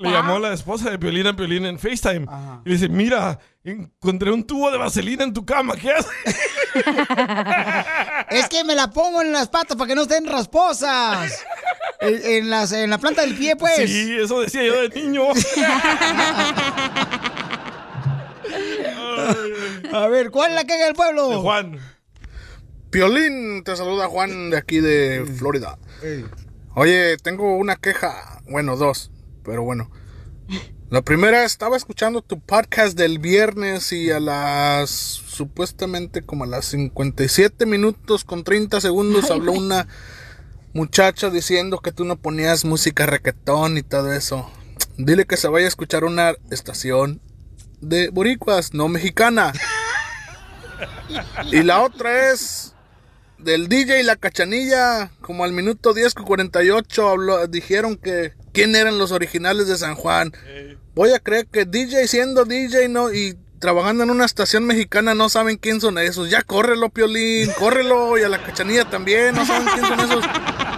Le llamó la esposa de Piolín a Piolín en FaceTime. Y le dice, mira, encontré un tubo de vaselina en tu cama. ¿Qué haces?
Es que me la pongo en las patas para que no estén rasposas. En, en las, en la planta del pie, pues.
Sí, eso decía yo de niño.
A ver, ¿cuál es la queja del pueblo?
Juan.
Piolín, te saluda Juan de aquí de Florida. Oye, tengo una queja, bueno, dos, pero bueno. La primera, estaba escuchando tu podcast del viernes y a las supuestamente como a las 57 minutos con 30 segundos habló una muchacha diciendo que tú no ponías música reggaetón y todo eso. Dile que se vaya a escuchar una estación de boricuas, no mexicana. Y la otra es del DJ y la cachanilla, como al minuto 10 con 48 habló- dijeron que quién eran los originales de San Juan. Voy a creer que DJ siendo DJ no y trabajando en una estación mexicana no saben quién son esos. Ya córrelo, Piolín, córrelo y a la cachanilla también, no saben quién son esos.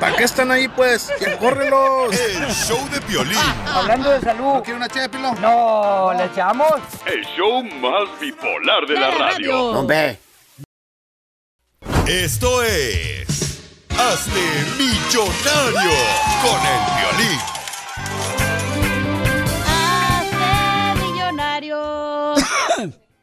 ¿Para qué están ahí pues? Ya córrelos. El show de Piolín.
Hablando de salud. ¿No una No, ¿le echamos?
El show más bipolar de la radio.
Esto es. Hazte millonario con el violín.
Hazte millonario.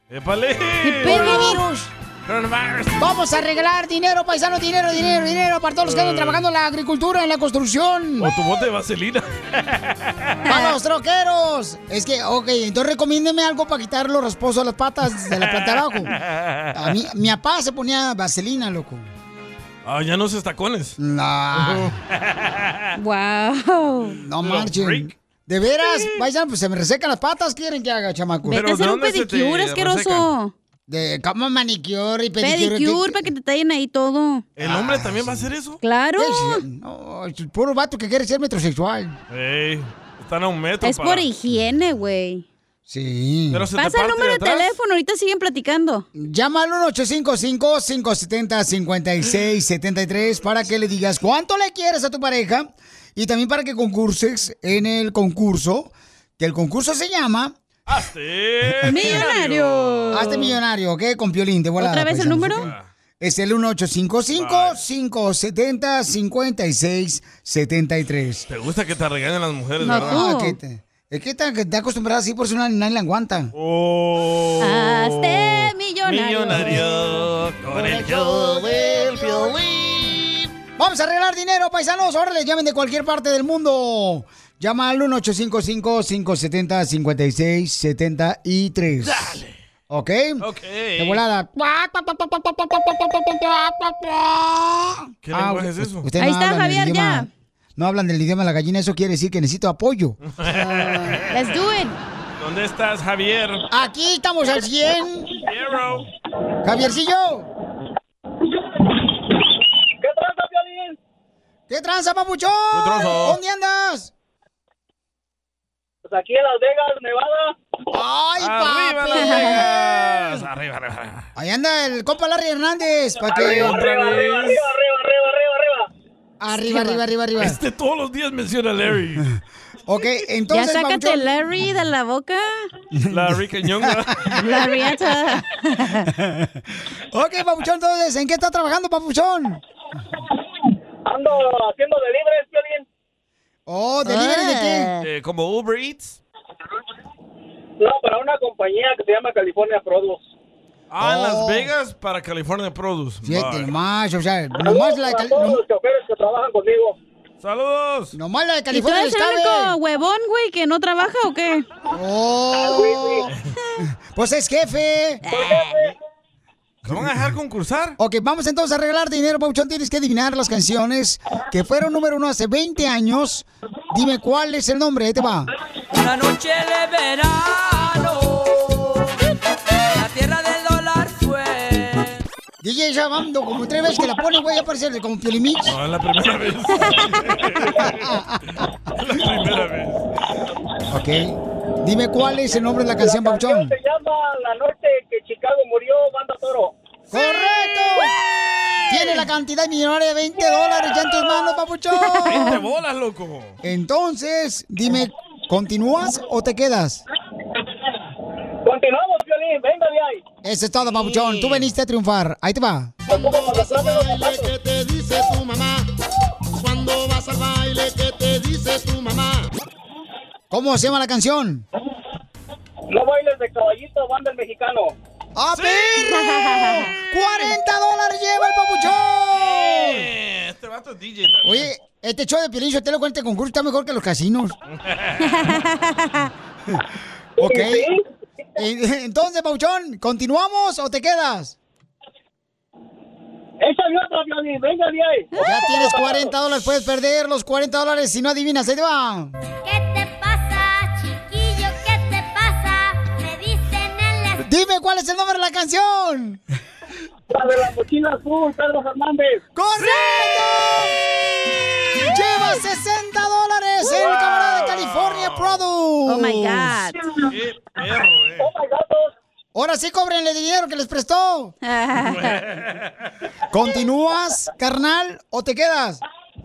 ¡Épale!
Coronavirus.
Coronavirus.
Vamos a arreglar dinero, paisano, dinero, dinero, dinero para todos los que andan trabajando en la agricultura, en la construcción.
O tu bote de vaselina.
¡Para los troqueros! Es que, ok, entonces recomiéndeme algo para quitar los rasposos a las patas de la planta de abajo. A mí, mi papá se ponía vaselina, loco.
Ah, ya no se tacones.
No.
wow.
No marchen. De veras, vayan, pues se me resecan las patas, quieren que haga, chamaco.
Vete a hacer un pedicure, asqueroso.
De cómo manicure y pedicure.
Pedicure para que te tallen ahí todo.
¿El hombre también va a hacer eso?
Claro.
No, es el puro vato que quiere ser metrosexual.
Ey, están a un metro.
Es
para-
por higiene, güey.
Sí.
Pero se te
Pasa el
parte
número de
atrás.
teléfono, ahorita siguen platicando.
Llámalo al 855-570-5673 para que le digas cuánto le quieres a tu pareja y también para que concurses en el concurso, que el concurso se llama...
Ah,
Hazte
Millonario.
Hazte millonario, ¿ok? Con Piolín, de volada.
¿Otra vez el
paisanos,
número?
¿ok? Es el 1855-570-5673.
Te gusta que te regañen las mujeres, ¿verdad?
Ah, que te- es que está, que está acostumbrada así, por eso nadie nadie la aguanta.
Oh.
Hazte millonario.
Millonario con el yo.
Vamos a arreglar dinero, paisanos. Órale, llamen de cualquier parte del mundo. Llama al 1-855-570-5673. Dale. ¿Ok?
Ok.
De volada.
¿Qué lenguaje es eso?
Ustedes
Ahí
no
Ah,
está
hablan el
Javier, ya.
idioma. no hablan del idioma de la gallina, eso quiere decir que necesito apoyo.
Let's do it.
¿Dónde estás, Javier?
Aquí estamos al 100.
Hero.
Javiercillo. ¿Qué tranza, papuchón?
¿Qué tranza?
¿Dónde andas?
Pues aquí en Las Vegas, Nevada.
¡Ay,
¡Arriba
papi!
Las Vegas! ¡Arriba, arriba, arriba!
Ahí anda el compa Larry Hernández. pa' que-
Arriba, arriba, arriba, arriba,
Arriba, arriba, arriba, arriba.
Este todos los días menciona a Larry.
Ok,
Ya
entonces.
sácate
papuchón,
Larry de la boca.
La rica ñonga.
La riata.
Ok, papuchón, entonces, ¿en qué está trabajando, papuchón?
Ando haciendo deliveries, Piolín.
Oh, ¿delivery de qué?
Eh, ¿Como Uber Eats?
No, para una compañía que se llama California Produce.
Ah, en
Oh.
Las Vegas para California Produce.
Siete
Vale.
más, o sea, nomás la de Cali-
Todos los choferes que trabajan conmigo.
¡Saludos!
Nomás la de
¿Y tú
California
eres
les
el
cabe.
único huevón, güey, que no trabaja o qué?
Oh. Pues es jefe.
¿Lo van a dejar concursar?
Ok, vamos entonces a regalar dinero, Pauchón. Tienes que adivinar las canciones que fueron número uno hace 20 años. Dime cuál es el nombre, ahí te va.
Una noche de verano. La tierra del dólar fue.
DJ ya vamos como tres veces que la pone, güey, ya parece el- como Piolimix.
No, es la primera vez.
Ok. Dime cuál es el nombre de la canción, Pauchón.
Se llama La noche que Chicago murió, banda toro.
¡Correcto! Tiene la cantidad millonaria de 20 dólares ya en tus manos,
¡20
Papuchón.
bolas,
loco!
Entonces, dime, ¿continúas o te quedas?
Continuamos, Violín, venga de ahí.
Eso es todo, Papuchón. Tú veniste a triunfar. Ahí te va.
Cuando vas al
baile que te dice tu mamá. Cuando vas al baile que te dice tu mamá.
¿Cómo se llama la canción?
No bailes de caballito, banda el mexicano.
¡Ah, perro! ¡40 dólares lleva el Papuchón!
Eh, este vato es DJ también.
Oye, este show de Piolín te lo cuenta el concurso está mejor que los casinos. ok. Eh, Entonces, Pauchón, ¿continuamos o te quedas?
Échale otra, Violín, venga de ahí.
Ya tienes 40 dólares, puedes perder los 40 dólares si no adivinas. Ahí te va.
Chiquillo, ¿qué te pasa? Me dicen en la
Dime cuál es el nombre de la canción.
La de la mochila azul, Pedro Fernández.
¡Correcto! Lleva 60 dólares el
Wow.
camarada de California Produce. Oh
my God.
Qué perro, eh. Ahora sí cóbrenle dinero que les prestó. ¿Continúas, carnal, o te quedas?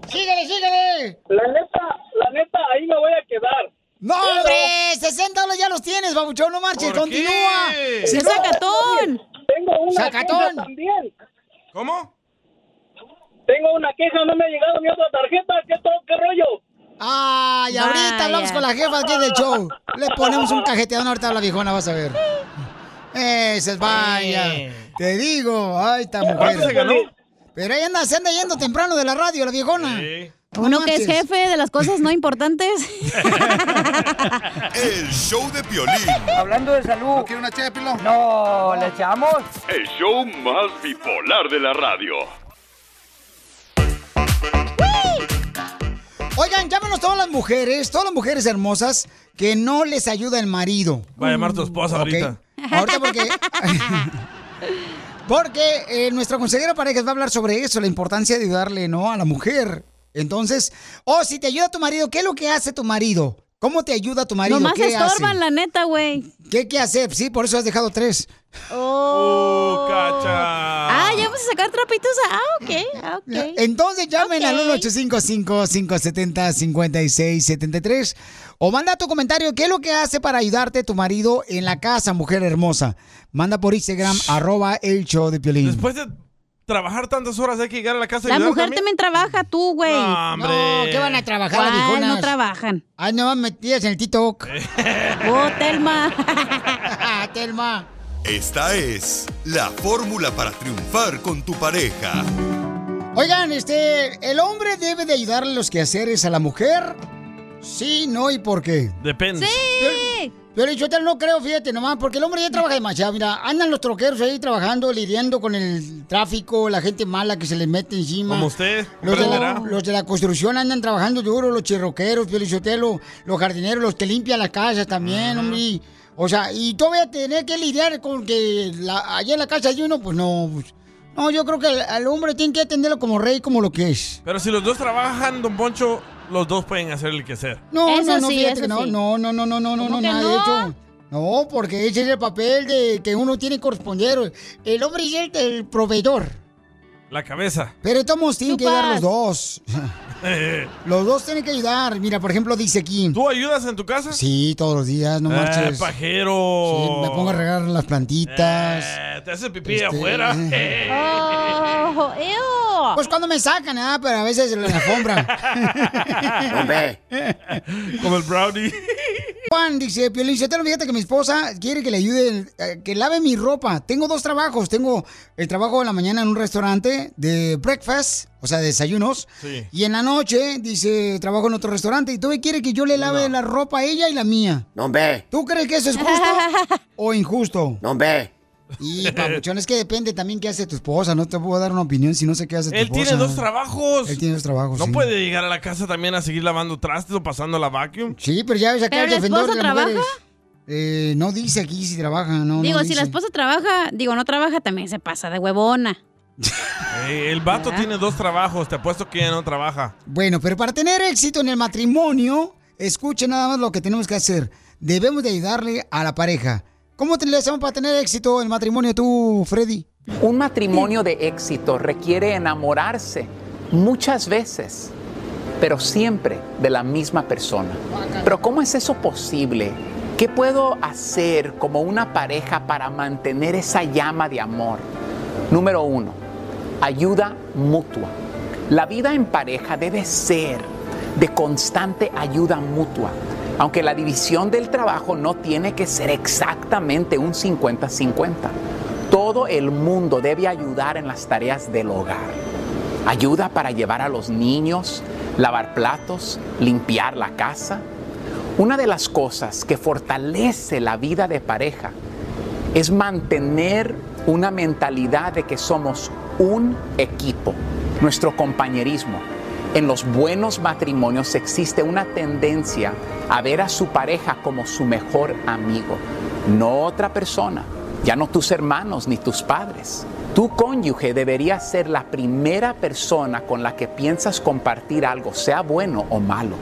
¡Síguele, síguele!
La neta, la neta, ahí me voy a quedar.
¡No,
Pero-
hombre! 60 dólares ya los tienes, babuchón, no marches,
¿Por qué?
continúa.
¡Es sacatón! Tengo una
¡Sacatón!
queja también.
¿Cómo?
Tengo una queja, no me ha llegado mi otra tarjeta. ¿Qué, to- qué rollo?
Ay, ahorita
Vaya.
hablamos con la jefa aquí del show. Le ponemos un cajeteón ahorita a la viejona, vas a ver. Ese es vaya. Te digo, ay, esta mujer.
¿Cuánto se ganó?
Pero ahí anda, se anda yendo temprano de la radio, la viejona. No
Uno que es
marches.
jefe de las cosas no importantes.
El show de Piolín.
Hablando de salud. ¿Quiere una No, ¿le echamos?
El show más bipolar de la radio.
Oigan, llámenos todas las mujeres, todas las mujeres hermosas que no les ayuda el marido.
Va a llamar tu esposa
Ok.
ahorita.
Ahorita porque. porque eh, nuestra consejera parejas va a hablar sobre eso, la importancia de ayudarle, ¿no? A la mujer. Entonces, oh, si te ayuda tu marido, ¿qué es lo que hace tu marido? ¿Cómo te ayuda tu marido?
Nomás
¿Qué
estorban,
hace?
la neta, güey.
¿Qué hay que hacer? Sí, por eso has dejado tres.
Oh.
cacha!
Ah, ya vamos a sacar trapitos. Ah, ok, ah, ok.
eh, Entonces llamen al 1-855-570-5673 o manda tu comentario. ¿Qué es lo que hace para ayudarte tu marido en la casa, mujer hermosa? Manda por Instagram, arroba el show de Piolín.
Después de trabajar tantas horas hay que llegar a la casa y
La
ayudar
mujer
también.
también trabaja, tú, güey.
No, hombre. No, ¿qué van a
trabajar las
¿Cuál?
viejonas?
No trabajan.
Ay, no metidas en el TikTok.
Oh, Telma.
Telma.
Esta es la fórmula para triunfar con tu pareja.
Oigan, este, el hombre debe de ayudarle los quehaceres a la mujer. Sí, no y por qué.
Depende.
Sí. Pero yo tal no creo, fíjate nomás, porque el hombre ya trabaja demasiado. Mira, andan los troqueros ahí trabajando, lidiando con el tráfico, la gente mala que se les mete encima.
Como usted,
Los de,
comprenderá.
la, los de la construcción andan trabajando duro, los chirroqueros, Piolichotelo, los jardineros, los que limpian las casas también, hombre. O sea, y todavía tener que lidiar con que la, allá en la casa hay uno, pues no. pues, No, yo creo que al, al hombre tiene que atenderlo como rey, como lo que es.
Pero si los dos trabajan, don Poncho, los dos pueden hacer el quehacer.
No,
Eso
no, no,
sí,
fíjate
eso
que no,
sí.
no, no, no, no, no, no,
¿Cómo
no,
que
nada, de
no?
hecho. No, porque ese es el papel de que uno tiene que corresponder. El hombre es el, el proveedor.
La cabeza. Eh,
Pero estamos tienen que ayudar los dos. Los dos tienen que ayudar. Mira, por ejemplo, dice aquí.
¿Tú ayudas en tu casa?
Sí, todos los días, no
Eh,
marches.
pajero.
Sí, me pongo a regar las plantitas.
Eh, te haces pipí
Este,
afuera. Eh,
Oh, ew.
Pues cuando me sacan, ah, pero a veces en la alfombra.
Hombre.
Como el brownie.
Juan dice, Piolín, Sotelo, fíjate que mi esposa quiere que le ayude, eh, que lave mi ropa. Tengo dos trabajos. Tengo el trabajo de la mañana en un restaurante de breakfast, o sea, de desayunos.
Sí.
Y en la noche, dice, trabajo en otro restaurante. Y todavía quiere que yo le lave la ropa a ella y la mía.
No ve.
¿Tú crees que eso es justo o injusto?
No ve.
Y, papuchón, es que depende también qué hace tu esposa. No te puedo dar una opinión si no sé qué hace tu
Él
esposa.
tiene dos trabajos.
Él tiene dos trabajos,
No
sí.
puede llegar a la casa también a seguir lavando trastes o pasando la vacuum.
Sí, pero ya ves acá
¿Pero
el
la
defensor de
esposa
las
trabaja?
mujeres. Eh, no dice aquí si trabaja, no.
digo,
no
si
dice.
la esposa trabaja, digo, no trabaja, también se pasa de huevona.
Eh, el vato tiene dos trabajos. Te apuesto que ella no trabaja.
Bueno, pero para tener éxito en el matrimonio, escuchen nada más lo que tenemos que hacer. Debemos de ayudarle a la pareja. ¿Cómo te le hacemos para tener éxito en el matrimonio tú, Freddy?
Un matrimonio de éxito requiere enamorarse muchas veces, pero siempre de la misma persona. Pero ¿cómo es eso posible? ¿Qué puedo hacer como una pareja para mantener esa llama de amor? Número uno, ayuda mutua. La vida en pareja debe ser de constante ayuda mutua. Aunque la división del trabajo no tiene que ser exactamente un 50-50. Todo el mundo debe ayudar en las tareas del hogar. Ayuda para llevar a los niños, lavar platos, limpiar la casa. Una de las cosas que fortalece la vida de pareja es mantener una mentalidad de que somos un equipo, nuestro compañerismo. En los buenos matrimonios existe una tendencia a ver a su pareja como su mejor amigo, no otra persona, ya no tus hermanos ni tus padres. Tu cónyuge debería ser la primera persona con la que piensas compartir algo, sea bueno o malo.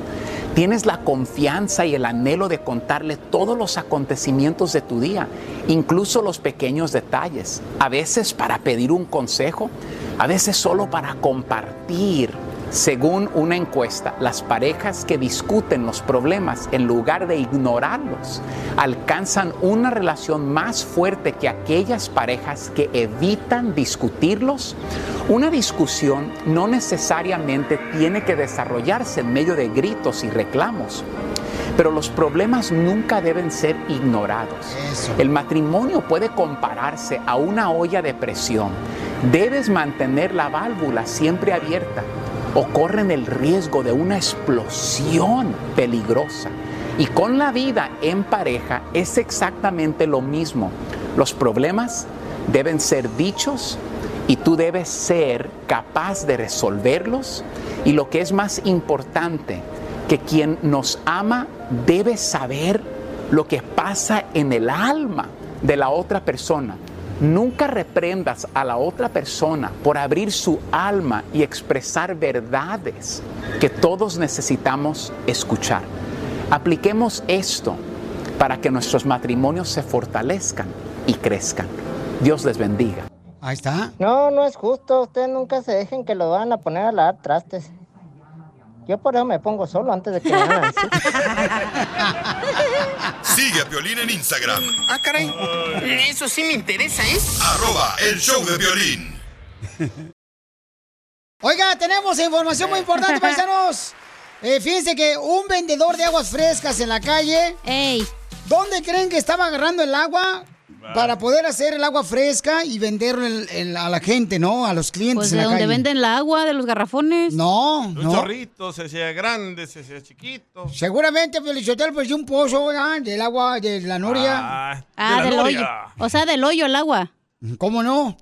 Tienes la confianza y el anhelo de contarle todos los acontecimientos de tu día, incluso los pequeños detalles, a veces para pedir un consejo, a veces solo para compartir. Según una encuesta, las parejas que discuten los problemas en lugar de ignorarlos alcanzan una relación más fuerte que aquellas parejas que evitan discutirlos. Una discusión no necesariamente tiene que desarrollarse en medio de gritos y reclamos. Pero los problemas nunca deben ser ignorados. El matrimonio puede compararse a una olla de presión. Debes mantener la válvula siempre abierta o corren el riesgo de una explosión peligrosa. Y con la vida en pareja es exactamente lo mismo. Los problemas deben ser dichos y tú debes ser capaz de resolverlos. Y lo que es más importante, que quien nos ama debe saber lo que pasa en el alma de la otra persona. Nunca reprendas a la otra persona por abrir su alma y expresar verdades que todos necesitamos escuchar. Apliquemos esto para que nuestros matrimonios se fortalezcan y crezcan. Dios les bendiga.
Ahí está.
No, no es justo. Ustedes nunca se dejen que lo van a poner a lavar trastes. Yo por eso me pongo solo antes de que me hagan así.
Sigue a Piolín en Instagram.
Ah, caray. Eso sí me interesa, ¿eh?
Arroba el show de violín.
Oiga, tenemos información muy importante, paisanos. Eh, fíjense que un vendedor de aguas frescas en la calle.
¡Ey! Ah.
¿Dónde creen que estaba agarrando el agua para poder hacer el agua fresca y venderlo el- el- a la gente, ¿no? A los clientes
Pues de
en la
donde
calle.
venden la agua, de los garrafones.
No,
Un chorrito, se hacía grande, se hacía chiquito.
Seguramente Felicitelo pues un pozo ¿verdad? del agua de la noria.
Ah,
Ah, del hoyo.
noria.
O sea, del hoyo el agua.
¿Cómo no?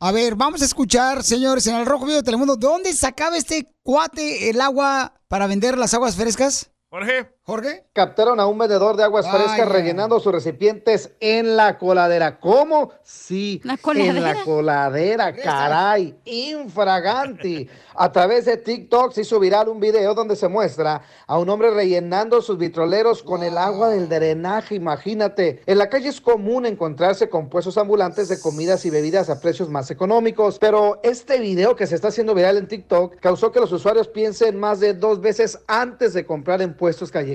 A ver, vamos a escuchar, señores, en el Rojo Vivo de Telemundo, ¿dónde sacaba este cuate el agua para vender las aguas frescas?
Jorge.
Jorge.
Captaron a un vendedor de aguas frescas
Vaya.
rellenando sus recipientes en la coladera. ¿Cómo? Sí, en
coladera.
la coladera, caray, infraganti. A través de TikTok se hizo viral un video donde se muestra a un hombre rellenando sus vitroleros con el agua del drenaje, imagínate. En la calle es común encontrarse con puestos ambulantes de comidas y bebidas a precios más económicos, pero este video que se está haciendo viral en TikTok causó que los usuarios piensen más de dos veces antes de comprar en puestos callejeros.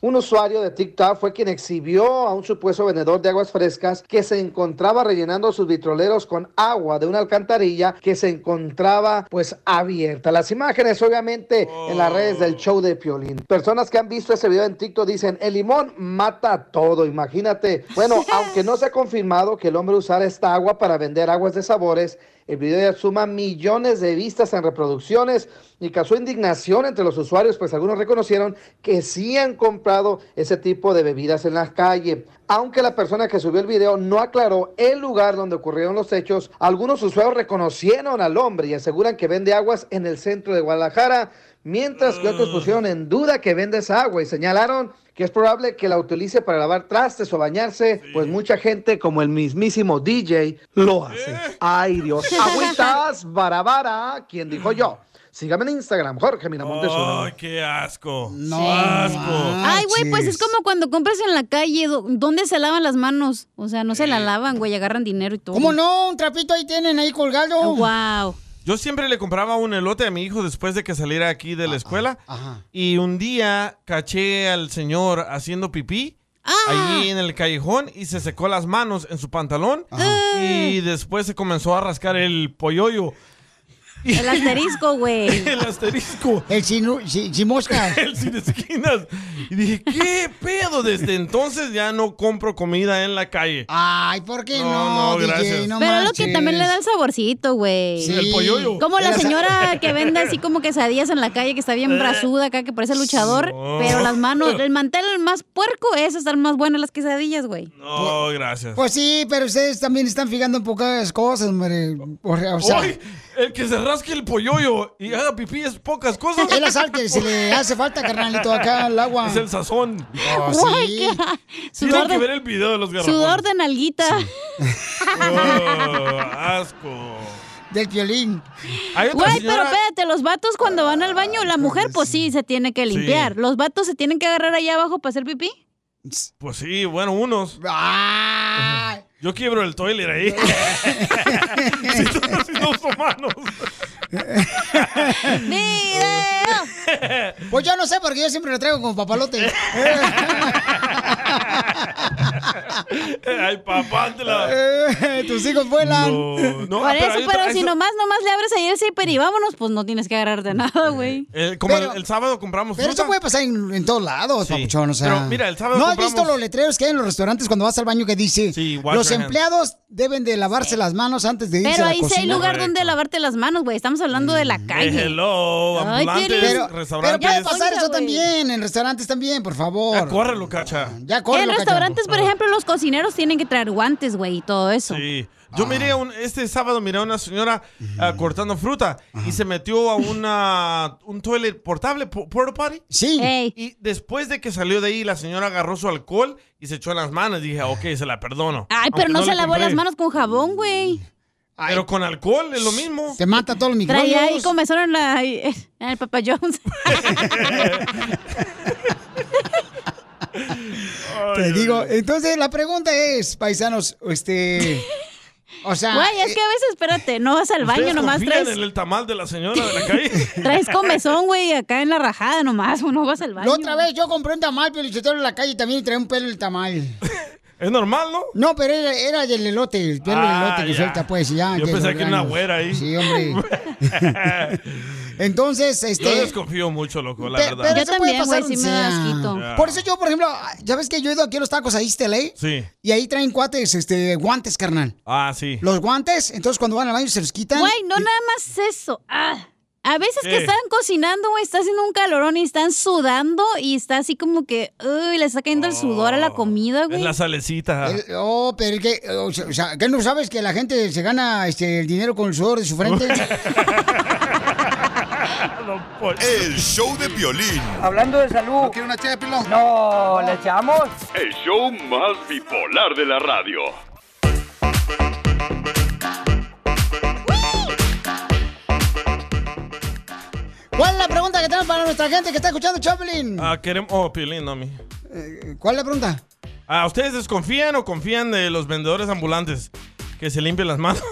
Un usuario de TikTok fue quien exhibió a un supuesto vendedor de aguas frescas que se encontraba rellenando sus vitroleros con agua de una alcantarilla que se encontraba pues abierta. Las imágenes obviamente en las redes del show de Piolín. Personas que han visto ese video en TikTok dicen, el limón mata todo, imagínate. Bueno, aunque no se ha confirmado que el hombre usara esta agua para vender aguas de sabores, el video ya suma millones de vistas en reproducciones y causó indignación entre los usuarios, pues algunos reconocieron que sí han comprado ese tipo de bebidas en la calle. Aunque la persona que subió el video no aclaró el lugar donde ocurrieron los hechos, algunos usuarios reconocieron al hombre y aseguran que vende aguas en el centro de Guadalajara, mientras que
Mm.
otros pusieron en duda que vende esa agua y señalaron que es probable que la utilice para lavar trastes o bañarse, pues mucha gente, como el mismísimo DJ, lo hace.
¿Eh?
Ay, Dios. Agüitas, barabara, quien dijo yo. Sígame en Instagram, Jorge Miramontes. uno.
Ay, qué asco.
No.
Asco.
Ah,
Ay, güey, pues es como cuando compras en la calle, do- ¿dónde se lavan las manos? O sea, no se la lavan, güey, agarran dinero y todo.
Eh.
Ah,
¿Cómo no? Un trapito ahí tienen ahí colgado.
wow.
Yo siempre le compraba un elote a mi hijo después de que saliera aquí
Ah,
de la escuela. Y un día caché al señor haciendo pipí.
Ah.
Allí en el callejón y se secó las manos en su pantalón.
Ah.
Y después se comenzó a rascar el polloyo.
El asterisco, güey.
El asterisco.
El sin, moscas.
El sin esquinas. Y dije, ¿qué pedo? Desde entonces ya no compro comida en la calle.
Ay, ¿por qué
No, no,
no, DJ?
gracias.
No
Pero es lo
marches.
que también le da el saborcito, güey.
Sí. El polloyo.
Como la
Pero, o sea-
señora que vende así como quesadillas en la calle, que está bien brasuda acá, que parece luchador.
Eh. No.
Pero las manos, el mantel más puerco es estar más bueno en las quesadillas, güey.
No, gracias.
Pues sí, pero ustedes también están fijando en pocas cosas, hombre. O sea, o sea,
Hoy, el que se rasque el polloyo y haga pipí es pocas cosas.
El azar que se le hace falta, carnalito, acá al agua.
Es el sazón.
Oh,
Güey,
sí.
qué-
Tienen
Sudor
que
de,
ver el video de los garrafones.
sudor de nalguita.
Oh, asco.
del violín.
Hay otra
Güey, pero
señora-
espérate, los vatos cuando van al baño, la mujer pues sí se tiene que limpiar. Los vatos se tienen que agarrar allá abajo para hacer pipí.
Pues sí, bueno, unos. Yo quiebro el toilet ahí. si, no, si no uso manos.
Video. Pues yo no sé, porque yo siempre lo traigo como papalote.
Ay, papantla.
Eh, Tus hijos vuelan.
No,
Por eso,
hay
pero,
otra- hay
si
otra-
nomás, nomás le abres ahí el zipper y vámonos, pues no tienes que agarrarte nada, güey.
Eh, como
Pero-
el, el sábado compramos
Pero eso
fruta.
puede pasar en, en todos lados, papuchón. O sea,
Pero mira, el sábado
¿No has
compramos-
visto los letreros que hay en los restaurantes cuando vas al baño que dice
wash
los
your hands"?
empleados deben de lavarse las manos antes de irse
Pero
a la
ahí sí hay
cocina"?
lugar donde lavarte las manos, güey. Estamos hablando de la
Eh,
calle.
hello,
Ay,
ambulantes,
Piolín. Pero-
Pero
restaurantes.
puede pasar
Oiga,
eso
güey.
también, en restaurantes también, por favor.
Ah, córrelo, cacha.
Ya corre.
en restaurantes, por ejemplo, los cocineros tienen que traer guantes, güey, y todo eso.
Sí. Yo
Ah.
miré un, este sábado miré a una señora ah, cortando fruta y se metió a una un toilet portable, po- porta potty.
Sí.
Y después de que salió de ahí, la señora agarró su alcohol y se echó en las manos. Dije,
Ah.
ok, se la perdono.
Ay, pero
Aunque
no, se
le
lavó
compré.
las manos con jabón, güey.
Pero con alcohol es lo mismo.
Te mata todos los microbios.
Traía ahí comezón en, la, en el Papa Jones.
Te digo, entonces la pregunta es, paisanos, este... O sea...
Güey, es que a veces, espérate, no vas al baño,
¿Ustedes
nomás
confían
traes,
en el tamal de la señora de la calle?
eh,
traes comezón, güey, acá en la rajada nomás, no vas al
La
baño.
otra vez yo compré un tamal, pero en la calle también y traía un pelo el tamal.
¿Es normal, no?
No, pero era, era del elote, el pelo del
Ah,
elote
ya.
que suelta, pues, y ya.
Yo
que
pensé
los
que era una
granos.
güera ahí.
Sí, hombre. Entonces, este...
Yo desconfío mucho, loco, la
Pe-
verdad.
pero se puede pasar
güey,
un-
sí me da asquito.
Ya.
Por eso yo, por ejemplo, ya ves que yo he ido aquí a los tacos ahí, Stella, ¿eh?
Sí.
y ahí traen cuates, este, guantes, carnal.
Ah, sí.
Los guantes, entonces cuando van al baño se los quitan.
Güey, no nada más eso. Ah. A veces
¿Qué?
que están cocinando, güey, está haciendo un calorón y están sudando y está así como que, uy, le está cayendo el sudor a la comida,
Oh, Es
güey.
la salecita.
El- oh, pero es que, o sea- o sea, ¿qué no sabes que la gente se gana este, el dinero con el sudor de su frente?
El show de Piolín.
Hablando de salud. ¿No quiere una ché, No, ¿le echamos?
El show más bipolar de la radio.
¿Cuál es la pregunta que tenemos para nuestra gente que está escuchando, Chaplin?
Ah, queremos. Oh, Piolín, no a mí.
¿Cuál es la pregunta?
Ah, ¿ustedes desconfían o confían de los vendedores ambulantes que se limpian las manos?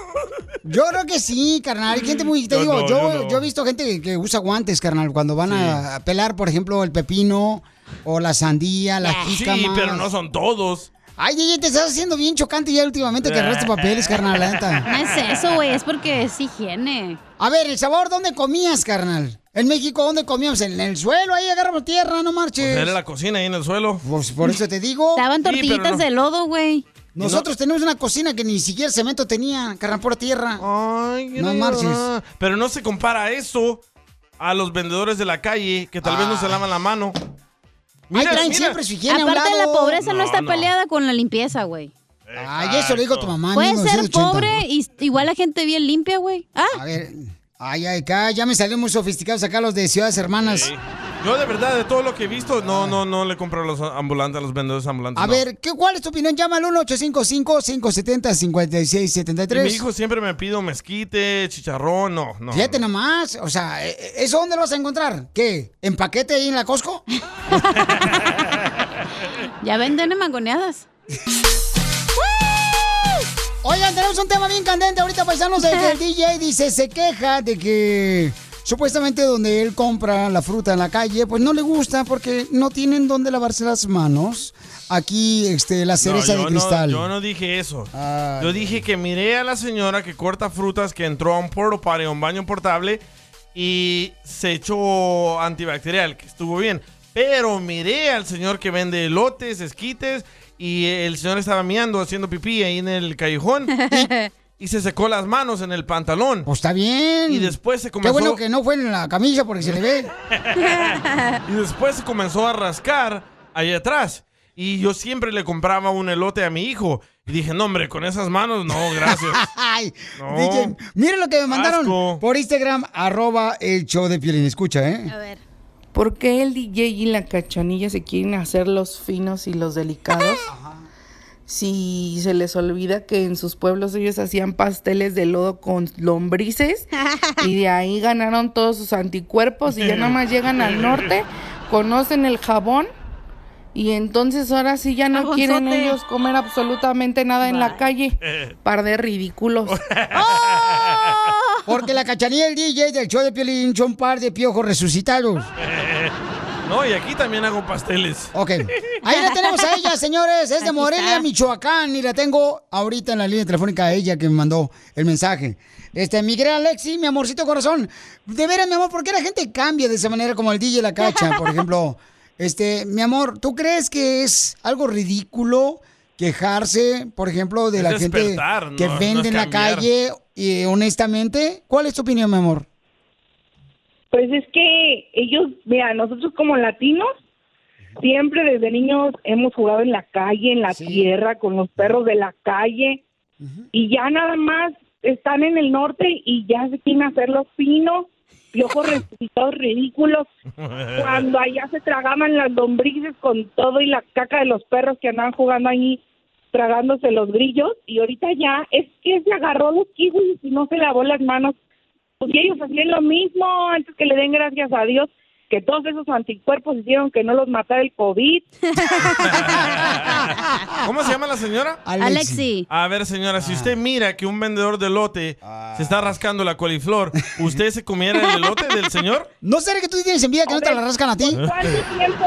Yo creo que sí, carnal. Hay gente muy. Te
Yo
digo,
no,
yo,
yo no.
yo he visto gente que usa guantes, carnal, cuando van a a pelar, por ejemplo, el pepino o la sandía, la
Ah.
Sí,
jícama.
pero no son todos.
Ay, DJ, te estás haciendo bien chocante ya últimamente que arrastres papeles, carnal, la neta.
No es eso, güey, es porque es higiene.
A ver, El Salvador, ¿dónde comías, carnal? En México, ¿dónde comíamos? En el suelo, ahí agarramos tierra, no marches.
Era la cocina ahí Pues en el suelo.
Pues por eso te digo.
Estaban tortillitas de lodo, güey.
Nosotros tenemos una cocina que ni siquiera cemento tenía, carnal, por tierra.
Ay,
no marches.
ah, Pero no se compara eso a los vendedores de la calle que tal vez no se lavan la mano.
traen
mira.
siempre su higiene a un
Aparte, la
lado.
pobreza no, está
no.
peleada con la limpieza, güey.
Ay, eso le digo a tu mamá. en
Puede ser
1980.
pobre y igual la gente bien limpia, güey. Ah,
A ver, ay, ay, acá ya me salieron muy sofisticados acá los de Ciudades Hermanas.
Yo de verdad, de todo lo que he visto, no, no, no le compro a los ambulantes, a los vendedores ambulantes.
A
no.
ver, ¿qué, ¿cuál es tu opinión? Llama al 1-855-570-5673.
Y mi hijo siempre me pide un mezquite, chicharrón, no, no.
Fíjate nomás, o sea, ¿e- e- ¿eso dónde lo vas a encontrar? ¿Qué? ¿En paquete ahí en la Costco?
ya venden en mangoneadas.
Oigan, tenemos un tema bien candente ahorita, paisanos. El, el DJ dice, se queja de que supuestamente donde él compra la fruta en la calle, pues no le gusta porque no tienen dónde lavarse las manos. Aquí, este, la cereza
No, yo
de cristal.
No, yo no dije eso. yo dije que miré a la señora que corta frutas que entró a un porto para un baño portable y se echó antibacterial, que estuvo bien. Pero miré al señor que vende elotes, esquites y el señor estaba miando haciendo pipí ahí en el callejón y, y se secó las manos en el pantalón.
Pues está bien.
Y después se
Qué
comenzó
bueno que no fue en la camisa porque se le ve.
y después se comenzó a rascar ahí atrás. Y yo siempre le compraba un elote a mi hijo. Y dije, no, hombre, con esas manos, no, gracias.
Ay,
No.
DJ, miren lo que me mandaron
Asco.
por Instagram, arroba el show de Piolín. Escucha, ¿eh?
¿Por qué el DJ y la cachanilla se quieren hacer los finos y los delicados? Si se les olvida que en sus pueblos ellos hacían pasteles de lodo con lombrices y de ahí ganaron todos sus anticuerpos y ya nomás llegan al norte, conocen el jabón y entonces ahora sí ya no quieren
Jabonzote.
ellos comer absolutamente nada en la
Bye.
calle.
Eh.
Par de ridículos.
Porque la cachanilla del DJ del show de Piolín son un par de piojos resucitados.
no, y aquí también hago pasteles.
Ok. Ahí la tenemos a ella, señores. Es de
Aquí
Morelia,
está.
Michoacán. Y la tengo ahorita en la línea telefónica a ella que me mandó el mensaje. Este, mi querida Alexi, mi amorcito corazón. De veras, mi amor, ¿por qué la gente cambia de esa manera como el DJ La Cacha, por ejemplo? Este, mi amor, ¿tú crees que es algo ridículo quejarse, por ejemplo, de
Es
la gente
despertar, no-
que
no es
vende en la
cambiar.
calle y honestamente? ¿Cuál es tu opinión, mi amor?
Pues es que ellos, mira, nosotros como latinos, siempre desde niños hemos jugado en la calle, en la tierra, con los perros de la calle, y ya nada más están en el norte y ya se quieren hacer los finos, piojos resucitados ridículos, cuando allá se tragaban las lombrices con todo y la caca de los perros que andaban jugando allí, tragándose los grillos, y ahorita ya es que se agarró los kiwis y no se lavó las manos pues y ellos hacían lo mismo antes que le den gracias a Dios que todos esos anticuerpos hicieron que no los matara el COVID.
¿Cómo se llama la señora?
Alexi.
A ver, señora, si usted mira que un vendedor de elote se está rascando la coliflor, ¿usted se comiera el elote del señor?
pues,
¿No será que tú tienes envidia que no te la rascan a ti?
¿Cuánto tiempo,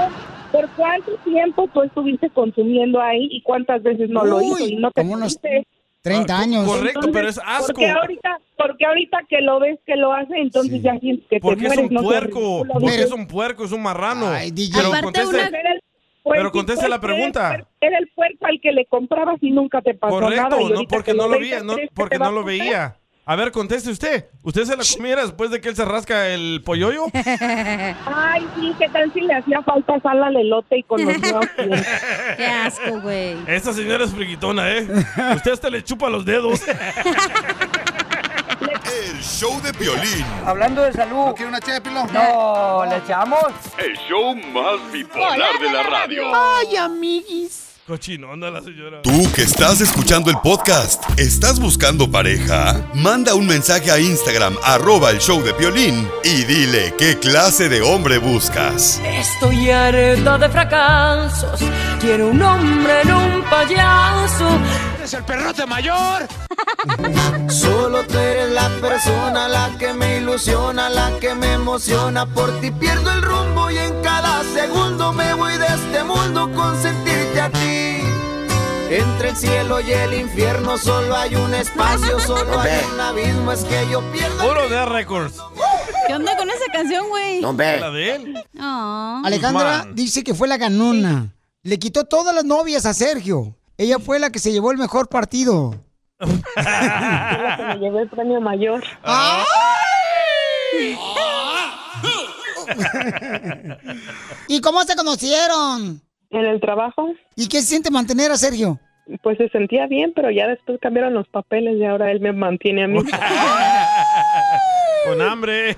¿Por cuánto tiempo tú estuviste consumiendo ahí y cuántas veces no lo
Uy,
hizo y no te
como unos
fuiste?
Ah,
30 años.
Entonces, ¿por qué, ahorita, ¿Por qué ahorita que lo ves que lo hace, entonces ya sientes que te
Porque es
mueres?
un
no seas
puerco,
ridículo,
porque
dices,
es un puerco, es un marrano. Pero
Aparte
conteste,
una- Era el- pues
pero
sí,
conteste la
pues, era el
pregunta.
puer- Era el puerco al que le comprabas y nunca te pasó nada. y
Correcto, no
ahorita
porque
que
no lo
ves,
veía, no,
crees que
porque
te va
no
a
lo
comer.
veía. A ver, conteste usted. ¿Usted se la comiera después de que él se rasca el polloyo?
Ay, sí, ¿qué tal si le hacía falta sal al elote y con los nuevos clientes?
Qué asco, güey.
Esta señora es friguitona, ¿eh? Usted hasta le chupa los dedos.
El show de Piolín.
Hablando de salud. ¿No una No, ¿le echamos?
El show más bipolar de la radio.
Ay, amiguis.
Cochino, anda la señora.
Tú que estás escuchando el podcast, ¿estás buscando pareja? Manda un mensaje a Instagram, arroba el show de Piolín, y dile qué clase de hombre buscas.
Estoy harta de fracasos. Quiero un hombre en un payaso.
¡Eres el perrote mayor!
Solo tú eres la persona, la que me ilusiona, la que me emociona. Por ti pierdo el rumbo y en cada segundo me voy de este mundo con sentirte a ti. Entre el cielo y el infierno solo hay un espacio, solo hay un abismo. Es que yo pierdo.
Oro de Records.
¿Qué onda con esa canción, güey?
La de él.
Ah.
Mm.
Alejandra dice que fue la ganona. Le quitó todas las novias a Sergio. Ella fue la que se llevó el mejor partido.
Me llevé el premio mayor.
¿Y cómo se conocieron?
En el trabajo.
¿Y qué se siente mantener a Sergio?
Pues se sentía bien, pero ya después cambiaron los papeles y ahora él me mantiene a mí.
Con hambre.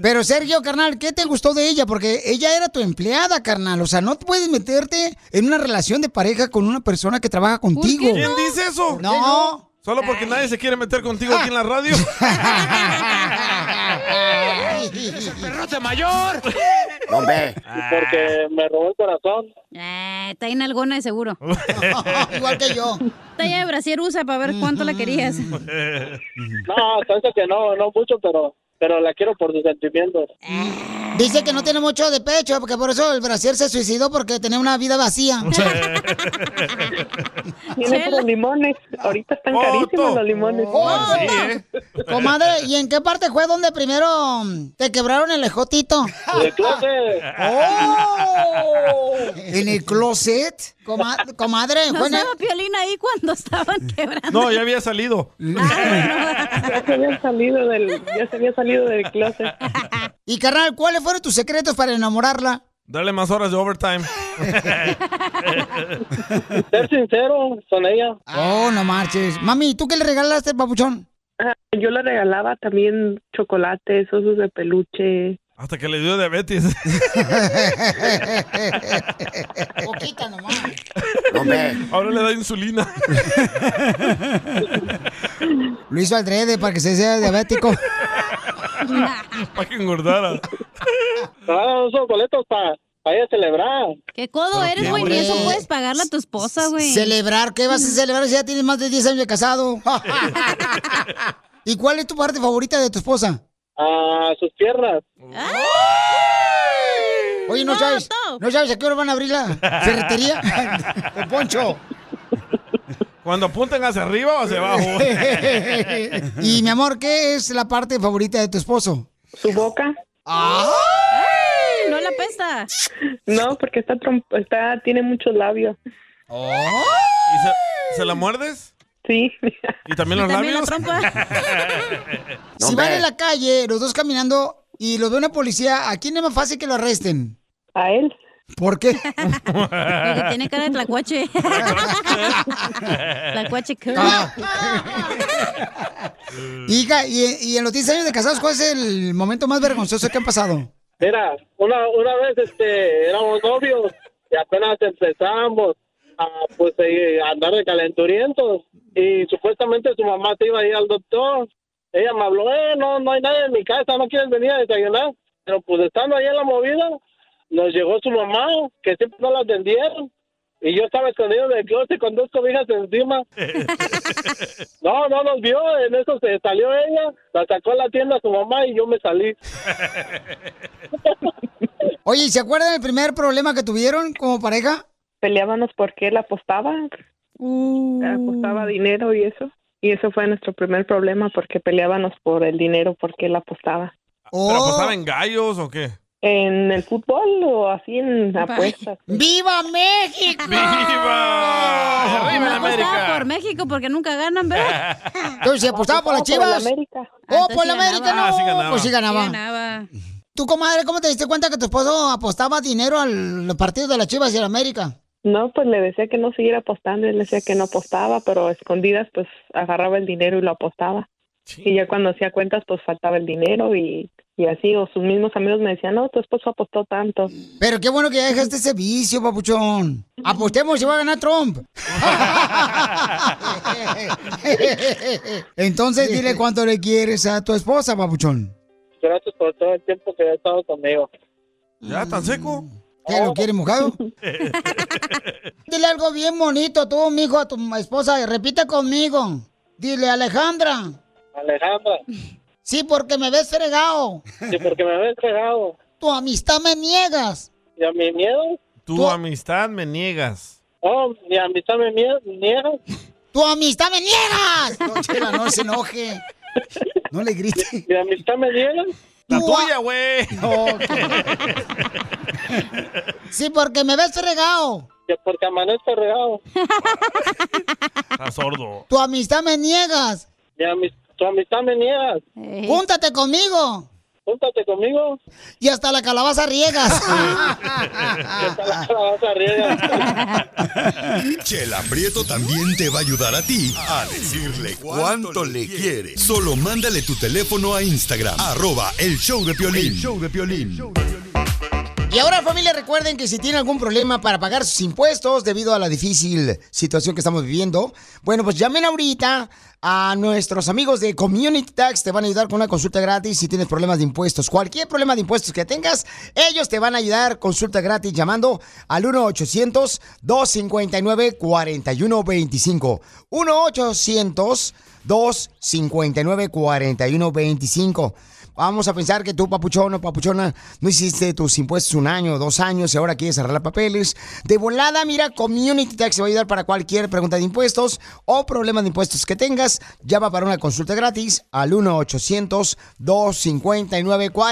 Pero Sergio, carnal, ¿qué te gustó de ella? Porque ella era tu empleada, carnal. O sea, no puedes meterte en una relación de pareja con una persona que trabaja contigo.
¿Quién dice eso?
No. no?
Solo porque nadie se quiere meter contigo aquí en la radio.
¡Eres el perrote mayor!
Porque me robó el corazón.
Ah, está en alguna de seguro.
Igual que yo.
Talla de brasier usa para ver cuánto la querías.
No, tanto que no, no mucho, pero, pero la quiero por sus sentimientos.
Dice que no tiene mucho de pecho, porque por eso el brasier se suicidó porque tenía una vida vacía.
Tiene los limones. Ahorita están carísimos los limones.
Oh, ¿eh?
Comadre, ¿y en qué parte fue donde primero mm, te quebraron el ejotito? ¡Oh! ¿En el closet? Coma- comadre,
No
fue en el-
estaba Piolín ahí cuando estaban quebrando.
No, ya había salido.
Ya se había salido del, ya se había salido del closet.
Y carnal, ¿cuáles fueron tus secretos para enamorarla?
Dale más horas de overtime.
Ser sincero con ella.
Oh, no marches. Mami, ¿tú qué le regalaste, papuchón?
Yo le regalaba también chocolates, osos de peluche.
Hasta que le dio diabetes.
Poquita nomás.
Ahora le da insulina.
Lo hizo adrede para que se sea diabético.
Para que engordara.
Pagaron esos Ah, boletos para ir a celebrar.
¿Qué codo eres, güey? Ni eso
hombre.
puedes pagarle a tu esposa, güey.
¿Celebrar? ¿Qué vas a celebrar si ya tienes más de 10 años de casado? ¿Y cuál es tu parte favorita de tu esposa?
A sus piernas.
Oye, ¿no, sabes? ¿No sabes a qué hora van a abrir la ferretería? Don Poncho.
Cuando apuntan hacia arriba o hacia abajo.
y mi amor, ¿qué es la parte favorita de tu esposo?
Su boca.
¡Ay! No la pesta.
No, porque está, trom- está tiene muchos labios.
¿Y se, se la muerdes?
Sí.
¿Y también
¿Y
los
también la
labios?
si van en la calle, los dos caminando, y los ve una policía, ¿a quién es más fácil que lo arresten?
A él.
¿Por qué?
Porque tiene cara de tlacuache. tlacuache cool.
Ah. Hija, y, y en los 10 años de casados, ¿cuál es el momento más vergonzoso que han pasado?
Mira, una, una vez este, éramos novios y apenas empezamos a pues, eh, a andar de calenturientos y supuestamente su mamá se iba a ir al doctor. Ella me habló, eh, no, no hay nadie en mi casa, no quieres venir a desayunar. Pero pues estando ahí en la movida, nos llegó su mamá, que siempre no la atendieron. Y yo estaba escondido en el closet con dos cobijas encima. No, no nos vio, en eso se salió ella, la sacó a la tienda su mamá y yo me salí.
Oye, ¿y ¿se acuerdan del primer problema que tuvieron como pareja?
Peleábamos porque él apostaba.
Uh.
Apostaba dinero y eso. Y eso fue nuestro primer problema porque peleábamos por el dinero porque él apostaba.
¿Pero
Oh.
apostaba en gallos o qué?
En el fútbol o así en apuestas.
¡Viva México!
¡Viva!
No apostaba por México porque nunca ganan, ¿verdad?
Entonces, apostaba por las
Apostaba por
chivas.
la América. Ah,
Oh, por
entonces
la
sí
América, no.
ganaba. Ah, sí ganaba.
Pues sí ganaba.
Sí ganaba.
¿Tú, comadre, cómo te diste cuenta que tu esposo apostaba dinero a los partidos de las chivas y el América?
No, pues le decía que no siguiera apostando, él decía que no apostaba, pero a escondidas pues agarraba el dinero y lo apostaba. Y ya cuando hacía cuentas pues faltaba el dinero y, y así, o sus mismos amigos me decían, no, tu esposo apostó tanto.
Pero qué bueno que ya dejaste ese vicio, papuchón. Apostemos si va a ganar Trump. Entonces, dile cuánto le quieres a tu esposa, papuchón.
Gracias por todo el tiempo que has estado conmigo.
¿Ya tan seco?
¿Qué, lo quiere mojado? Dile algo bien bonito tú, mijo, a tu esposa. Repite conmigo. Dile, Alejandra.
Alejandra,
Sí, porque me ves fregado.
sí, porque me habías pegado.
Tu amistad me niegas.
¿Y a mi miedo?
Tu amistad me niegas.
Oh, mi amistad me mie- niega.
¡Tu amistad me niegas! No, Chela, no se enoje. No le grite.
¿Mi amistad me niega?
La Tú a- tuya,
güey.
Sí, porque me ves fregado.
Que porque amanezco regado.
Está sordo.
Tu amistad me niegas.
Mi amis- tu amistad me niegas.
Júntate conmigo.
Júntate conmigo.
Y hasta la calabaza riegas.
Chela Prieto también te va a ayudar a ti a decirle cuánto le quiere. Solo mándale tu teléfono a Instagram, arroba el show de Piolín.
El
show de Piolín.
Y ahora familia, recuerden que si tienen algún problema para pagar sus impuestos debido a la difícil situación que estamos viviendo, bueno, pues llamen ahorita a nuestros amigos de Community Tax, te van a ayudar con una consulta gratis si tienes problemas de impuestos. Cualquier problema de impuestos que tengas, ellos te van a ayudar consulta gratis llamando al 1-800-259-4125. 1-800. 259-4125. Vamos a pensar que tú, papuchón o papuchona, no hiciste tus impuestos un año, dos años y ahora quieres arreglar papeles. De volada, mira, Community Tax te va a ayudar para cualquier pregunta de impuestos o problema de impuestos que tengas. Llama para una consulta gratis al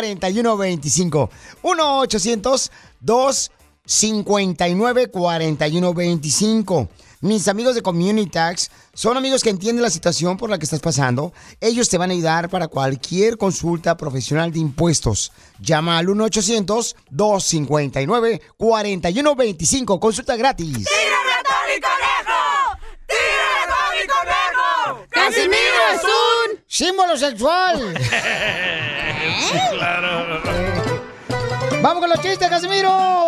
1-800-259-4125. 1-800-259-4125. 59 41 25. Mis amigos de Community Tax son amigos que entienden la situación por la que estás pasando. Ellos te van a ayudar para cualquier consulta profesional de impuestos. Llama al 1-800-259-4125. Consulta gratis.
¡Casimiro es un
símbolo sexual!
Claro.
¡Vamos con los chistes, Casimiro!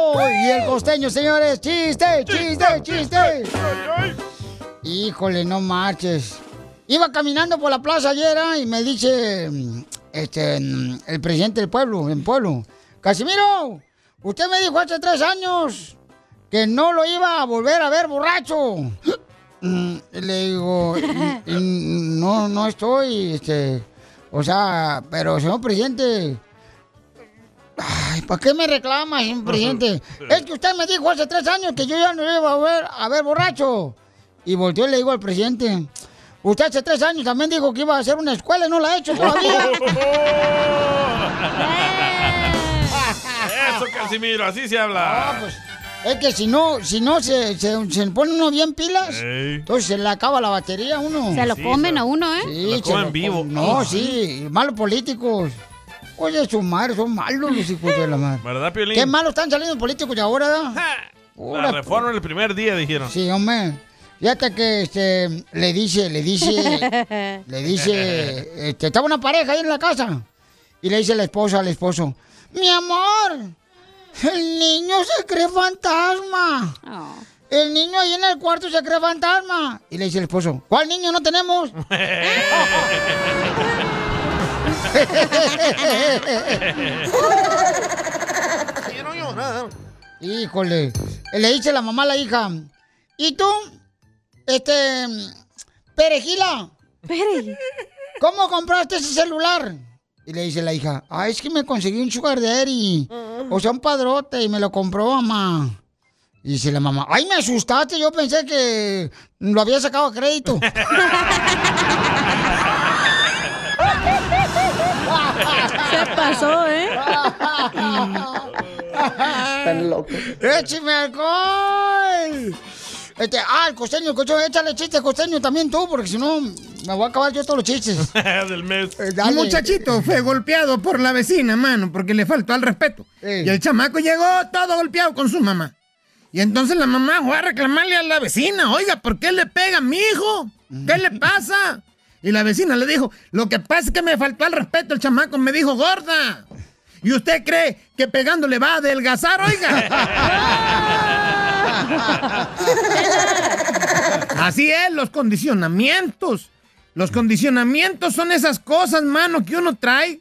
Y el costeño, señores. ¡Chiste, chiste, chiste! Híjole, no marches. Iba caminando por la plaza ayer ah, y me dice mm, este, mm, el presidente del pueblo, en pueblo. Casimiro, usted me dijo hace tres años que no lo iba a volver a ver borracho. Mm, y Le digo, "Mm, mm, no, no estoy, este, o sea, pero señor presidente, Ay, ¿Para qué me reclama, señor presidente? Es que usted me dijo hace tres años que yo ya no iba a ver, a ver borracho. Y volteó y le digo al presidente, usted hace tres años también dijo que iba a hacer una escuela y no la ha hecho todavía.
Eso, Casimiro, así se habla.
Ah, pues, es que si no, si no se, se, se pone uno bien pilas,
Ey.
entonces se le acaba la batería a uno.
Se lo Sí, comen se- a uno, ¿eh?
Sí,
Lo
se
comen vivo.
comen. No,
Ay.
sí, malos políticos. Oye, su madre, son malos los hijos de la madre.
¿Verdad, Piolín?
Qué malos están saliendo políticos de ahora, ¿verdad?
La reforma el primer día, dijeron.
Sí, hombre. Fíjate que este, le dice, le dice, le dice, este, estaba una pareja ahí en la casa. Y le dice la esposa al esposo, Mi amor, el niño se cree fantasma. El niño ahí en el cuarto se cree fantasma. Y le dice el esposo, ¿cuál niño no tenemos? Híjole. Le dice la mamá a la hija. ¿Y tú? Este. Perejila. ¿Cómo compraste ese celular? Y le dice la hija, ah, es que me conseguí un sugar daddy. O sea, un padrote y me lo compró mamá. Y dice la mamá, ay, me asustaste, yo pensé que lo había sacado a crédito.
Se pasó, ¿eh?
Están locos. ¡Écheme alcohol! Este, ah, el costeño, el costeño, échale chiste, costeño, también tú, porque si no me voy a acabar yo todos los chistes.
Del mes.
dale.
Muchachito fue golpeado por la vecina, mano, porque le faltó al respeto. Y el chamaco llegó todo golpeado con su mamá. Y entonces la mamá fue a reclamarle a la vecina, oiga, ¿por qué le pega a mi hijo? ¿Qué le pasa? Y la vecina le dijo, lo que pasa es que me faltó al respeto el chamaco, me dijo gorda. ¿Y usted cree que pegándole va a adelgazar, oiga? Así es, los condicionamientos. Los condicionamientos son esas cosas, mano, que uno trae,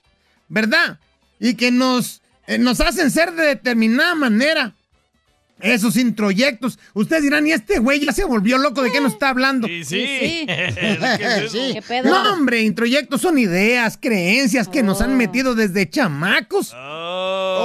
¿verdad? Y que nos, eh, nos hacen ser de determinada manera. Esos introyectos. Ustedes dirán, y este güey ya se volvió loco, ¿de qué nos está hablando?
Sí, sí. Sí, sí. ¿Qué es eso?
Sí.
¿Qué pedo?
No, hombre, introyectos son ideas, creencias que nos
Oh.
han metido desde chamacos.
Ah.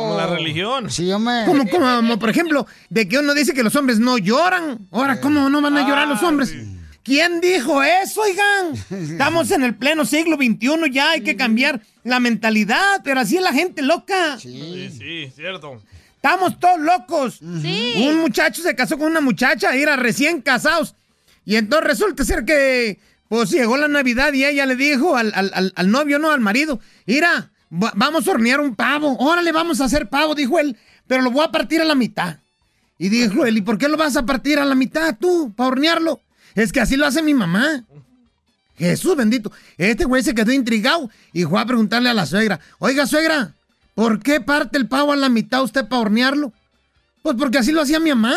Como la religión.
Sí, Oh. yo me...
Como, como, como, por ejemplo, de que uno dice que los hombres no lloran. Ahora, ¿cómo no van a llorar los hombres? ¿Quién dijo eso, oigan? Estamos en el pleno siglo XXI ya, hay que cambiar la mentalidad, pero así es la gente loca.
Sí, sí, cierto.
Estamos todos locos. Un muchacho se casó con una muchacha, era recién casados. Y entonces resulta ser que, pues llegó la Navidad y ella le dijo al, al- al- al novio, no, al marido, mira, va- vamos a hornear un pavo. Órale, vamos a hacer pavo, dijo él, pero lo voy a partir a la mitad. Y dijo él, ¿y por qué lo vas a partir a la mitad tú, para hornearlo? Es que así lo hace mi mamá. Jesús bendito. Este güey se quedó intrigado y fue a preguntarle a la suegra, oiga suegra, ¿por qué parte el pavo a la mitad usted para hornearlo? Pues porque así lo hacía mi mamá.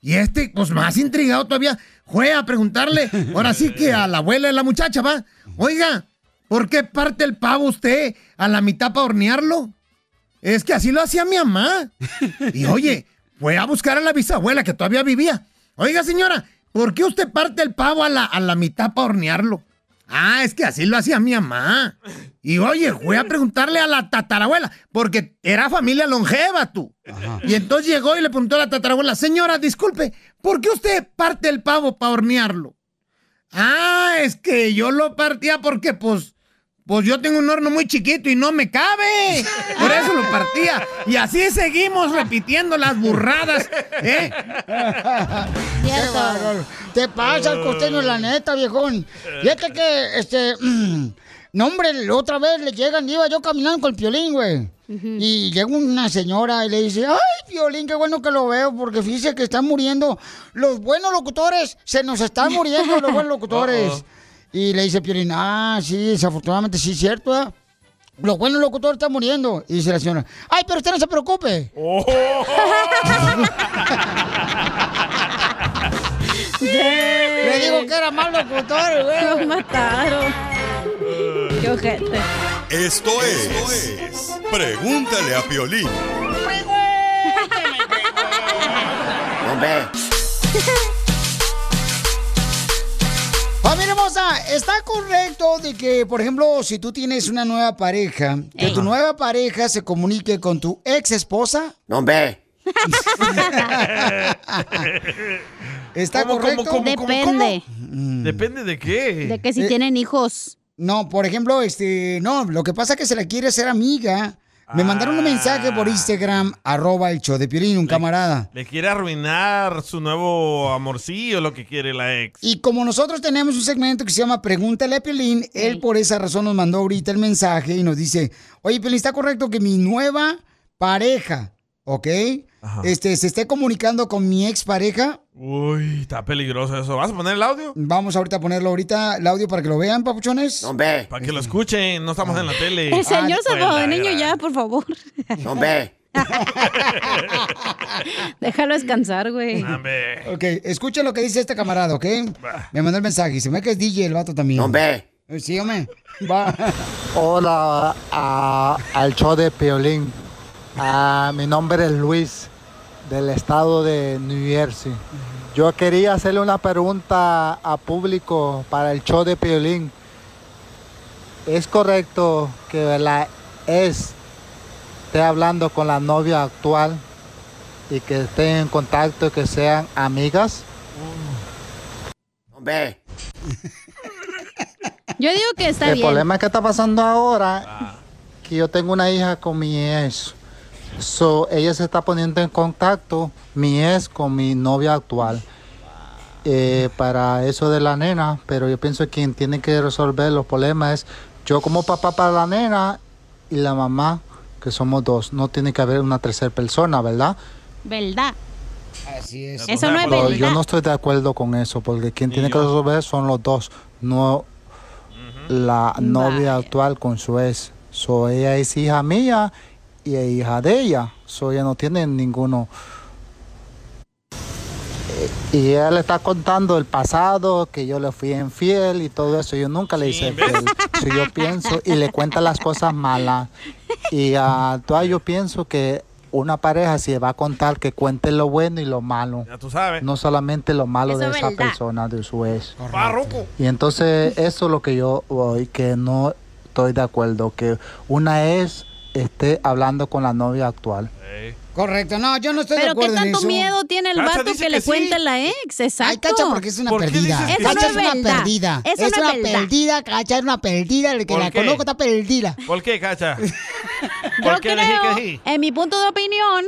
Y este, pues más intrigado todavía, fue a preguntarle, ahora sí que a la abuela de la muchacha va, oiga, ¿por qué parte el pavo usted a la mitad para hornearlo? Es que así lo hacía mi mamá. Y oye, fue a buscar a la bisabuela que todavía vivía. Oiga, señora, ¿por qué usted parte el pavo a la, a la mitad para hornearlo? Ah, es que así lo hacía mi mamá. Y oye, fue a preguntarle a la tatarabuela, porque era familia longeva tú. Ah. Y entonces llegó y le preguntó a la tatarabuela, señora, disculpe, ¿por qué usted parte el pavo para hornearlo? Ah, es que yo lo partía porque pues, pues yo tengo un horno muy chiquito y no me cabe. Por eso lo partía. Y así seguimos repitiendo las burradas. ¿eh?
Qué bárbaro. Te pasa el costeño, la neta, viejón. Fíjate que, este. mm, No, hombre, otra vez le llegan, iba yo caminando con el piolín, güey. Y llega una señora y le dice: ¡Ay, piolín, qué bueno que lo veo! Porque fíjese que están muriendo. Los buenos locutores se nos están muriendo, los buenos locutores.
Uh-oh.
Y le dice Piolín: Ah, sí, desafortunadamente sí, cierto, ¿eh? Los buenos locutores están muriendo. Y dice la señora: ¡Ay, pero usted no se preocupe!
Oh.
Le digo que era mal locutor, güey. Lo mataron.
Qué ojete.
Esto es Pregúntale a Piolín.
Familia hermosa, ¿está correcto de que, por ejemplo, si tú tienes una nueva pareja, que
Ey.
tu nueva pareja se comunique con tu ex esposa?
No, ve.
¿Está
¿Cómo,
correcto? Mm.
cómo, cómo, cómo,
Depende.
Depende de qué.
De que si
Eh,
tienen hijos.
No, por ejemplo, este, no, lo que pasa es que se la quiere hacer amiga.
Ah.
Me mandaron un mensaje por Instagram, arroba el show de Piolín, un camarada.
Le quiere arruinar su nuevo amorcillo, lo que quiere la ex.
Y como nosotros tenemos un segmento que se llama Pregúntale a Piolín, él por esa razón nos mandó ahorita el mensaje y nos dice, oye Piolín, ¿está correcto que mi nueva pareja, ok, este, se esté comunicando con mi expareja?
Uy, está peligroso eso. ¿Vas a poner el audio?
Vamos ahorita a ponerlo ahorita, el audio para que lo vean, papuchones.
Para que lo escuchen, no estamos en la tele.
El
Ah,
señor
Ay,
salvadoreño
la gran-
ya, por favor.
Hombre.
Déjalo descansar, güey.
Ok, escuchen lo que dice este camarada, ¿ok? Me mandó el mensaje y se me que es DJ el vato también.
Hombre.
Eh, Sí, hombre. Va.
Hola a- al show de Piolín. Ah, mi nombre es Luis, del estado de New Jersey. Yo quería hacerle una pregunta a público para el show de Piolín. Es correcto que la ex esté hablando con la novia actual y que estén en contacto, que sean amigas.
Hombre.
Yo digo que está
el
bien.
problema que está pasando ahora, que yo tengo una hija con mi ex. So, ella se está poniendo en contacto, mi ex, con mi novia actual. Eh, para eso de la nena, pero yo pienso que quien tiene que resolver los problemas es yo como papá para la nena y la mamá, que somos dos. No tiene que haber una tercera persona, ¿verdad?
¿Verdad?
Así es.
Eso no es
Pero
verdad.
yo no estoy de acuerdo con eso, porque quien tiene que resolver son los dos, no la novia actual con su ex. So, ella es hija mía y es hija de ella. So, ella no tiene ninguno. Eh, Y ella le está contando el pasado, que yo le fui infiel y todo eso. Yo nunca le hice infiel. So, yo pienso y le cuenta las cosas malas. Y ah, todavía yo pienso que una pareja si va a contar que cuente lo bueno y lo malo.
Ya tú sabes.
No solamente lo malo
Eso
de
es
esa
verdad.
persona, de su ex.
Barroco.
Y entonces eso es lo que yo voy, que no estoy de acuerdo, que una ex esté hablando con la novia actual.
Correcto, no, yo no estoy de
Pero qué
acuerdo en
tanto
eso.
miedo tiene el
Cacha
vato que,
dice
le
que sí.
cuenta la ex, exacto.
Ay, Cacha, porque es una perdida.
Eso
Cacha
no es
es una
verdad.
perdida.
Eso
es
no
una
es verdad.
perdida, Cacha es una perdida. El que
¿Por
la
qué?
conozco está perdida.
¿Por qué, cacha?
Yo
¿Por qué elegí
creo,
que sí?
en mi punto de opinión,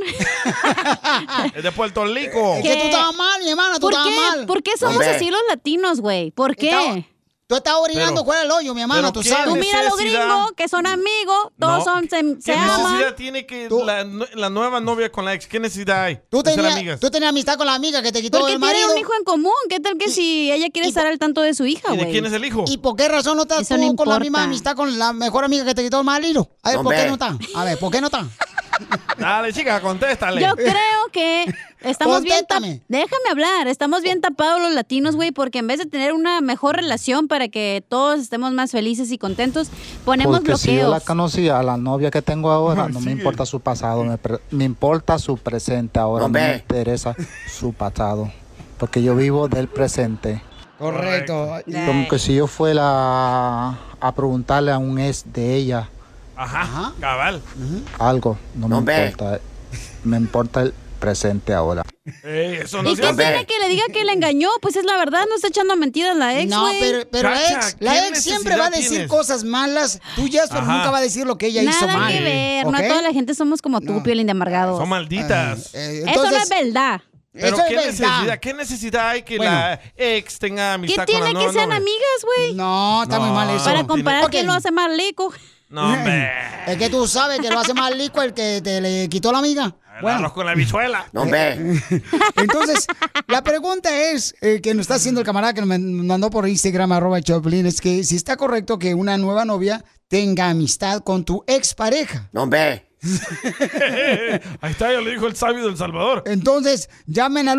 Es de Puerto Rico.
que-
mal, mi hermana, tú
¿Por
estabas
qué?
mal.
¿Por qué somos
Hombre.
así los latinos, güey? ¿Por qué?
tú estás orinando
Pero-
fuera del hoyo, mi hermana,
pero
tú
qué
sabes.
Tú mira a los
necesidad.
gringos que son amigos,
No.
todos son, se, se
¿Qué
aman.
necesidad tiene que la, la nueva novia con la ex? ¿Qué necesidad hay?
Tú
de ser
tenías,
amigas?
tú tenías amistad con la amiga que te quitó
Porque
el
tienen
marido.
un hijo en común. ¿Qué tal que si ella quiere estar al tanto de su hija,
¿Y
güey?
de quién es el hijo?
¿Y por qué razón no estás
Eso
tú
no
con la
importa.
misma amistad con la mejor amiga que te quitó el marido? A ver, ¿por qué no
Hombre.
están? A ver, ¿por qué no están?
Dale, chica, contéstale.
Yo creo que estamos bien tap- Déjame hablar. Estamos bien tapados los latinos, güey, porque en vez de tener una mejor relación para que todos estemos más felices y contentos, ponemos
Porque si yo la
bloqueos.
conocía, a la novia que tengo ahora, no me importa su pasado, me, pre- me importa su presente ahora, no me
Hombre.
interesa su pasado, porque yo vivo del presente.
Correcto.
Como que si yo fuera a preguntarle a un ex de ella
Ajá, cabal.
algo, no me
Hombre.
importa, me importa el presente ahora.
Ey, eso no
¿Y
se
qué
hace.
tiene que le diga que le engañó? Pues es la verdad, no está echando mentiras la ex,
No,
güey.
pero, pero la ex, la ex siempre va a decir cosas malas tuyas, pero
Ajá.
nunca va a decir lo que ella
Nada
hizo mal.
que ver,
¿ok? Ah,
no toda la gente somos como tú, Piolín de amargados.
Son malditas.
Eh,
Eso no es verdad.
Pero
Eso es
¿qué,
verdad.
necesidad, ¿qué necesidad hay que
Bueno.
la ex tenga
¿Qué
amistad con la
tiene
nueva
que sean
novia?
amigas, güey?
No,
está muy No, mal eso.
Para
tiene-
comparar
Ok.
quién lo hace más rico.
No, hombre.
Es que tú sabes que lo hace más lico el que te le quitó la amiga.
Arroz con la bichuela. No, hombre.
Entonces, la pregunta es, eh, que nos está haciendo el camarada que me mandó por Instagram, arroba el Choplin, es que si está correcto que una nueva novia tenga amistad con tu expareja.
No, hombre.
Ahí está, ya lo dijo el sabio del Salvador.
Entonces, llamen al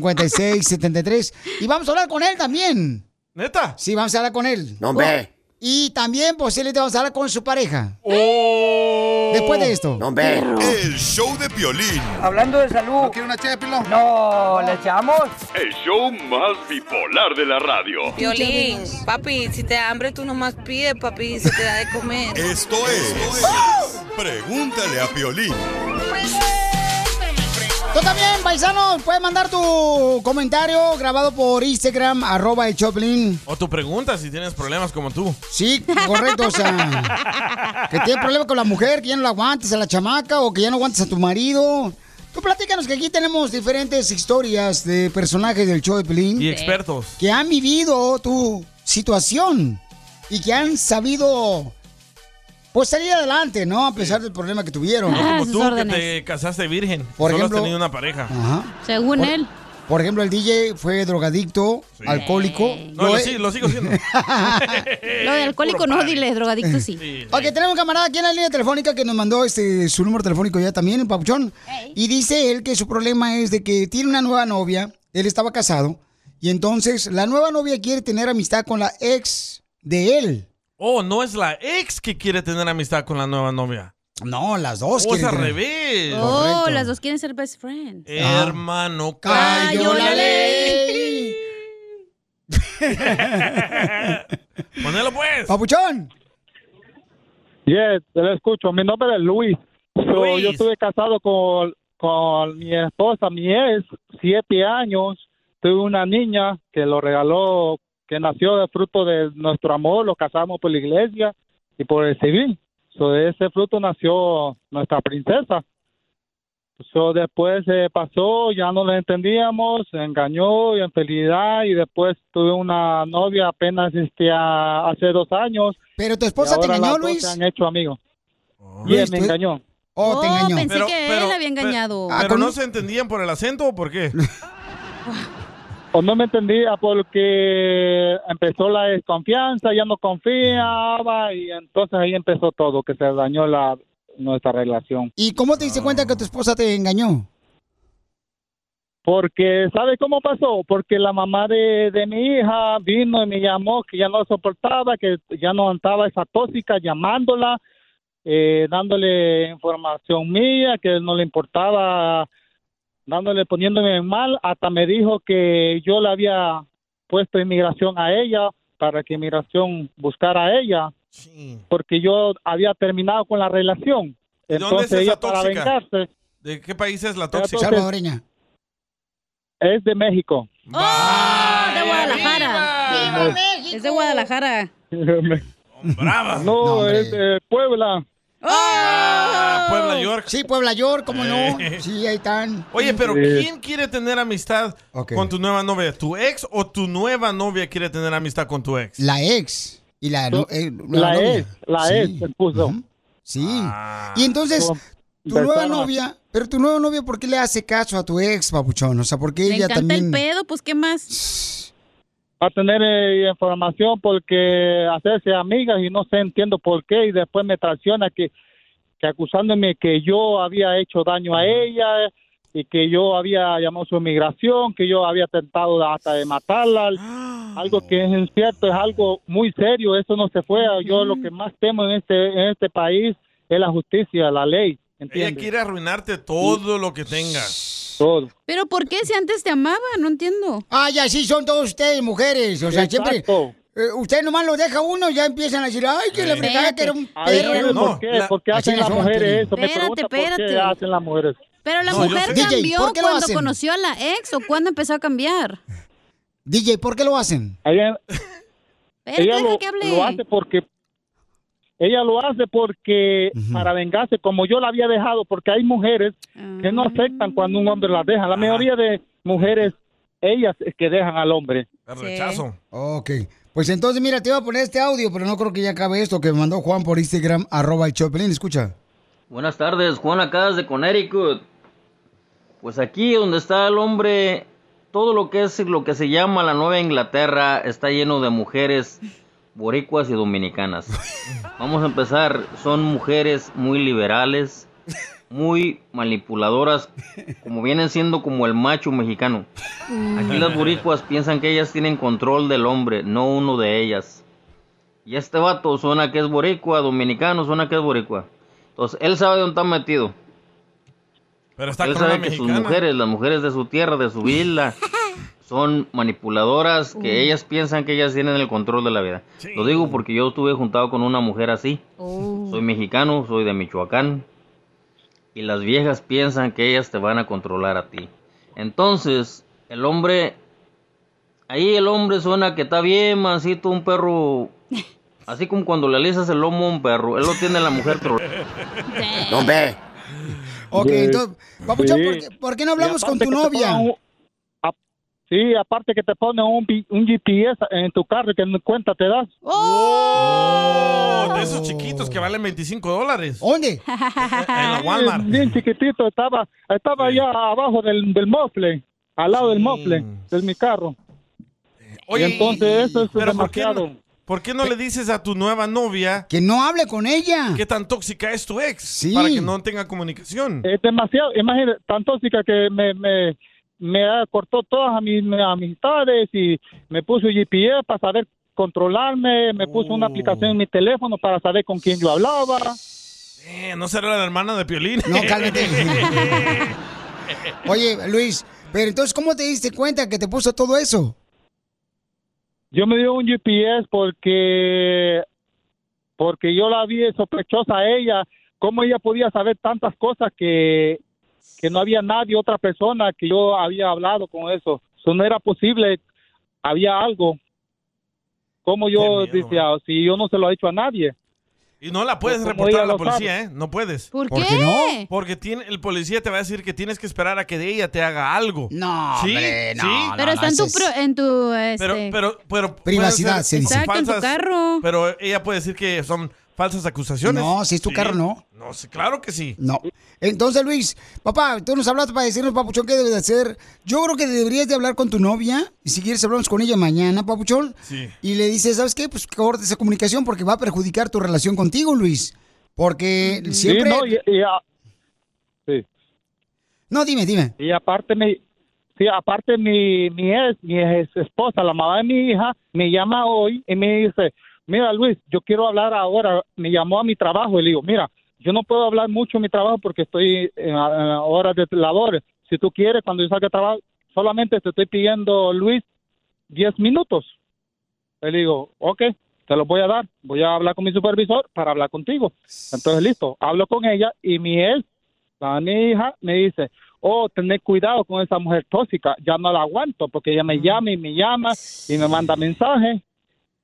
1-855-570-5673 y vamos a hablar con él también.
¿Neta?
Sí, vamos a hablar con él. Oh,
No, hombre.
Y también posiblemente vamos a hablar con su pareja.
Oh.
Después de esto. Eh,
No, hombre.
El show de Piolín.
Hablando de salud. ¿No quiere una ché de pilón? No, ¿le echamos?
El show más bipolar de la radio.
Violín, papi, si te da hambre tú nomás pides, papi, se te da de comer.
Esto es. Pregúntale a Piolín.
Tú también, paisano, puedes mandar tu comentario grabado por Instagram, arroba el Choplin.
O tu pregunta si tienes problemas como tú.
Sí, correcto, o sea, que tiene problemas con la mujer, que ya no la aguantes a la chamaca o que ya no aguantes a tu marido. Tú platícanos que aquí tenemos diferentes historias de personajes del show de Pelín.
Y expertos.
Que han vivido tu situación y que han sabido, pues, salir adelante, ¿no? A pesar del problema que tuvieron.
Ah,
No Ah, como tú que te casaste virgen.
Por
Solo
ejemplo-
has tenido una pareja.
Ajá.
Según
Por-
él.
Por ejemplo, el DJ fue drogadicto, alcohólico.
No, lo,
Yo-
Pues sí, lo sigo siendo.
Lo de alcohólico no, dile, drogadicto sí.
Ok, tenemos un camarada aquí en la línea telefónica que nos mandó este su número telefónico ya también, el papuchón. Y dice él que su problema es de que tiene una nueva novia, él estaba casado, y entonces la nueva novia quiere tener amistad con la ex de él.
Oh, no es la ex que quiere tener amistad con la nueva novia.
No, las dos
Oh, es
quieren
al
tener-
revés.
Oh, las dos quieren ser best friends.
Ah.
Hermano,
Cayó
cayó
la
la ley. Ponelo pues.
Papuchón.
Yes, te lo escucho. Mi nombre es Luis. So,
Luis.
yo estuve casado con, con mi esposa, mi ex, siete años. Tuve una niña que lo regaló, que nació de fruto de nuestro amor. Lo casamos por la iglesia y por el civil. So, de ese fruto nació nuestra princesa. So, después se pasó, ya no lo entendíamos, se engañó y infidelidad. Y después tuve una novia apenas este, a- hace dos años.
¿Pero tu esposa te engañó, Luis?
Se han hecho amigos.
Luis,
Yes, me
tú-
engañó.
Oh, te engañó. Ah,
pensé que él había engañado.
Pero no se entendían por el acento o por qué.
O no me entendía porque empezó la desconfianza, ya no confiaba y entonces ahí empezó todo, que se dañó la nuestra relación.
¿Y cómo te diste cuenta que tu esposa te engañó?
Porque, ¿sabe cómo pasó? Porque la mamá de, de mi hija vino y me llamó que ya no soportaba, que ya no andaba esa tóxica llamándola, eh, dándole información mía, que no le importaba, dándole, poniéndome en mal. Hasta me dijo que yo le había puesto inmigración a ella para que inmigración buscara a ella, porque yo había terminado con la relación.
¿De dónde es
Entonces ella
esa
para
tóxica?
vengarse
¿De qué país es la tóxica?
Salvadoreña. es de México.
de Guadalajara. Es de Guadalajara.
Brava. No, es de Puebla.
Puebla York.
Oh. Sí, Puebla York, cómo no.
Eh.
Sí, ahí están.
Oye, pero
Sí.
¿quién quiere tener amistad con tu nueva novia? ¿Tu ex o tu nueva novia quiere tener amistad con tu ex?
La ex. Y la, no- eh,
La
novia.
ex, la ex,
se puso.
Sí. Y entonces,
Con-
tu nueva
Empezaba.
novia, pero tu nueva novia, ¿por qué le hace caso a tu ex, papuchón? O sea, ¿por qué
Le
ella
encanta el
también?
pedo, pues ¿qué más?
a tener eh, información porque hacerse amigas y no sé, entiendo por qué y después me traiciona que, que acusándome que yo había hecho daño a ella eh, y que yo había llamado su inmigración, que yo había tentado hasta de matarla,
Ah,
algo que es incierto, es algo muy serio, eso no se fue, yo lo que más temo en este, en este país es la justicia, la ley,
Ella
¿entiendes?
quiere arruinarte todo lo que tengas.
Todo.
Pero ¿por qué si antes te amaba? No entiendo.
Ah, ya sí, son todos ustedes mujeres. O sea, siempre.
Exacto.
eh, usted nomás lo deja uno y ya empiezan a decir, ay, que la
Sí.
fregada que era un
Ay,
perro.
¿sabes ¿Por qué? ¿Por qué hacen las mujeres eso? Me
Espérate,
pregunto por
espérate.
qué hacen las mujeres.
Pero la
No, yo
mujer
sé.
cambió
DJ, ¿por qué lo
cuando
hacen?
conoció a la ex o cuando empezó a cambiar.
DJ, ¿por qué lo hacen?
Ella,
Espérate,
ella
deja
lo,
que hable.
lo hace porque ella lo hace porque para vengarse, como yo la había dejado, porque hay mujeres que no
Ah.
aceptan cuando un hombre las deja. La mayoría de mujeres, ellas es que dejan al hombre.
rechazo.
Ok. Pues entonces, mira, te iba a poner este audio, pero no creo que ya acabe esto que me mandó Juan por Instagram, arroba el Choplin. Escucha.
Buenas tardes, Juan acá desde Connecticut. Pues aquí donde está el hombre, todo lo que es lo que se llama la Nueva Inglaterra está lleno de mujeres boricuas y dominicanas. Vamos a empezar, son mujeres muy liberales, muy manipuladoras, como vienen siendo como el macho mexicano. Aquí las boricuas piensan que ellas tienen control del hombre, no uno de ellas. Y este vato suena que es boricua, dominicano suena que es boricua. Entonces, él sabe dónde está metido.
Pero está
él
con una
sabe que sus
mexicana.
mujeres, las mujeres de su tierra, de su villa, son manipuladoras, que ellas piensan que ellas tienen el control de la vida. Lo digo porque yo estuve juntado con una mujer así. Soy mexicano, soy de Michoacán. Y las viejas piensan que ellas te van a controlar a ti. Entonces, el hombre. Ahí el hombre suena que está bien, mansito, un perro. Así como cuando le alisas el lomo a un perro. Él lo tiene la mujer, pero.
¡No
ve!
Ok,
Sí.
entonces, Papuchón, ¿por,
Sí.
qué, por qué no
Y
hablamos con
aparte
tu
que te
novia?
pongan
Sí, aparte que te pone un, pi- un GPS en tu carro y que ni cuenta te das.
Oh, de esos chiquitos que valen 25 dólares.
¿Dónde?
En la Walmart.
Bien chiquitito, estaba, estaba allá abajo del, del mofle, al lado del mofle, de mi carro.
Oye,
y entonces eso es
Pero ¿por qué,
demasiado.
no, por qué no le dices a tu nueva novia
que no hable con ella?
¿Qué tan tóxica es tu ex? Para que no tenga comunicación.
Es demasiado, imagínate, tan tóxica que me, me, me ha- cortó todas a mis, mis amistades y me puso GPS para saber controlarme, me puso una aplicación en mi teléfono para saber con quién yo hablaba.
Eh, no será la hermana de Piolín.
No, cálmate. Oye, Luis, pero entonces, ¿cómo te diste cuenta que te puso todo eso?
Yo me dio un GPS porque porque yo la vi sospechosa a ella, cómo ella podía saber tantas cosas que, que no había nadie, otra persona que yo había hablado con eso. Eso no era posible, había algo. Como yo decía, si yo no se lo he dicho a nadie.
Y no la puedes
Pues, como
reportar a
ella
la
lo
policía,
sabe.
¿eh? No puedes.
¿Por ¿Por qué qué? no?
Porque tiene, el policía te va a decir que tienes que esperar a que de ella te haga algo.
No,
¿Sí?
hombre, no,
¿Sí?
Pero está en tu, pro- en tu este,
Pero, pero, pero
Privacidad,
pueden
se
ser
dice.
Exacto, en tu carro.
Pero ella puede decir que son falsas acusaciones.
No, si es tu carro, no.
No, sí, claro que sí.
No. Entonces, Luis, papá, tú nos hablaste para decirnos, papuchón, qué debes de hacer. Yo creo que deberías de hablar con tu novia y si quieres hablamos con ella mañana, papuchón.
Sí.
Y le dices, ¿sabes qué? Pues corta esa comunicación porque va a perjudicar tu relación contigo, Luis. Porque siempre...
Sí, no, y- y a- sí.
No, dime, dime.
Y aparte mi, sí, aparte mi, mi ex, mi ex esposa, la mamá de mi hija, me llama hoy y me dice, mira Luis, yo quiero hablar ahora. Me llamó a mi trabajo y le digo, mira, yo no puedo hablar mucho en mi trabajo porque estoy en, en horas de labores. Si tú quieres, cuando yo salga de trabajo, solamente te estoy pidiendo, Luis, 10 minutos. Le digo, ok, te los voy a dar. Voy a hablar con mi supervisor para hablar contigo. Entonces, listo, hablo con ella y mi ex, la mi hija, me dice, oh, tener cuidado con esa mujer tóxica. Ya no la aguanto porque ella me llama y me llama y me manda mensajes.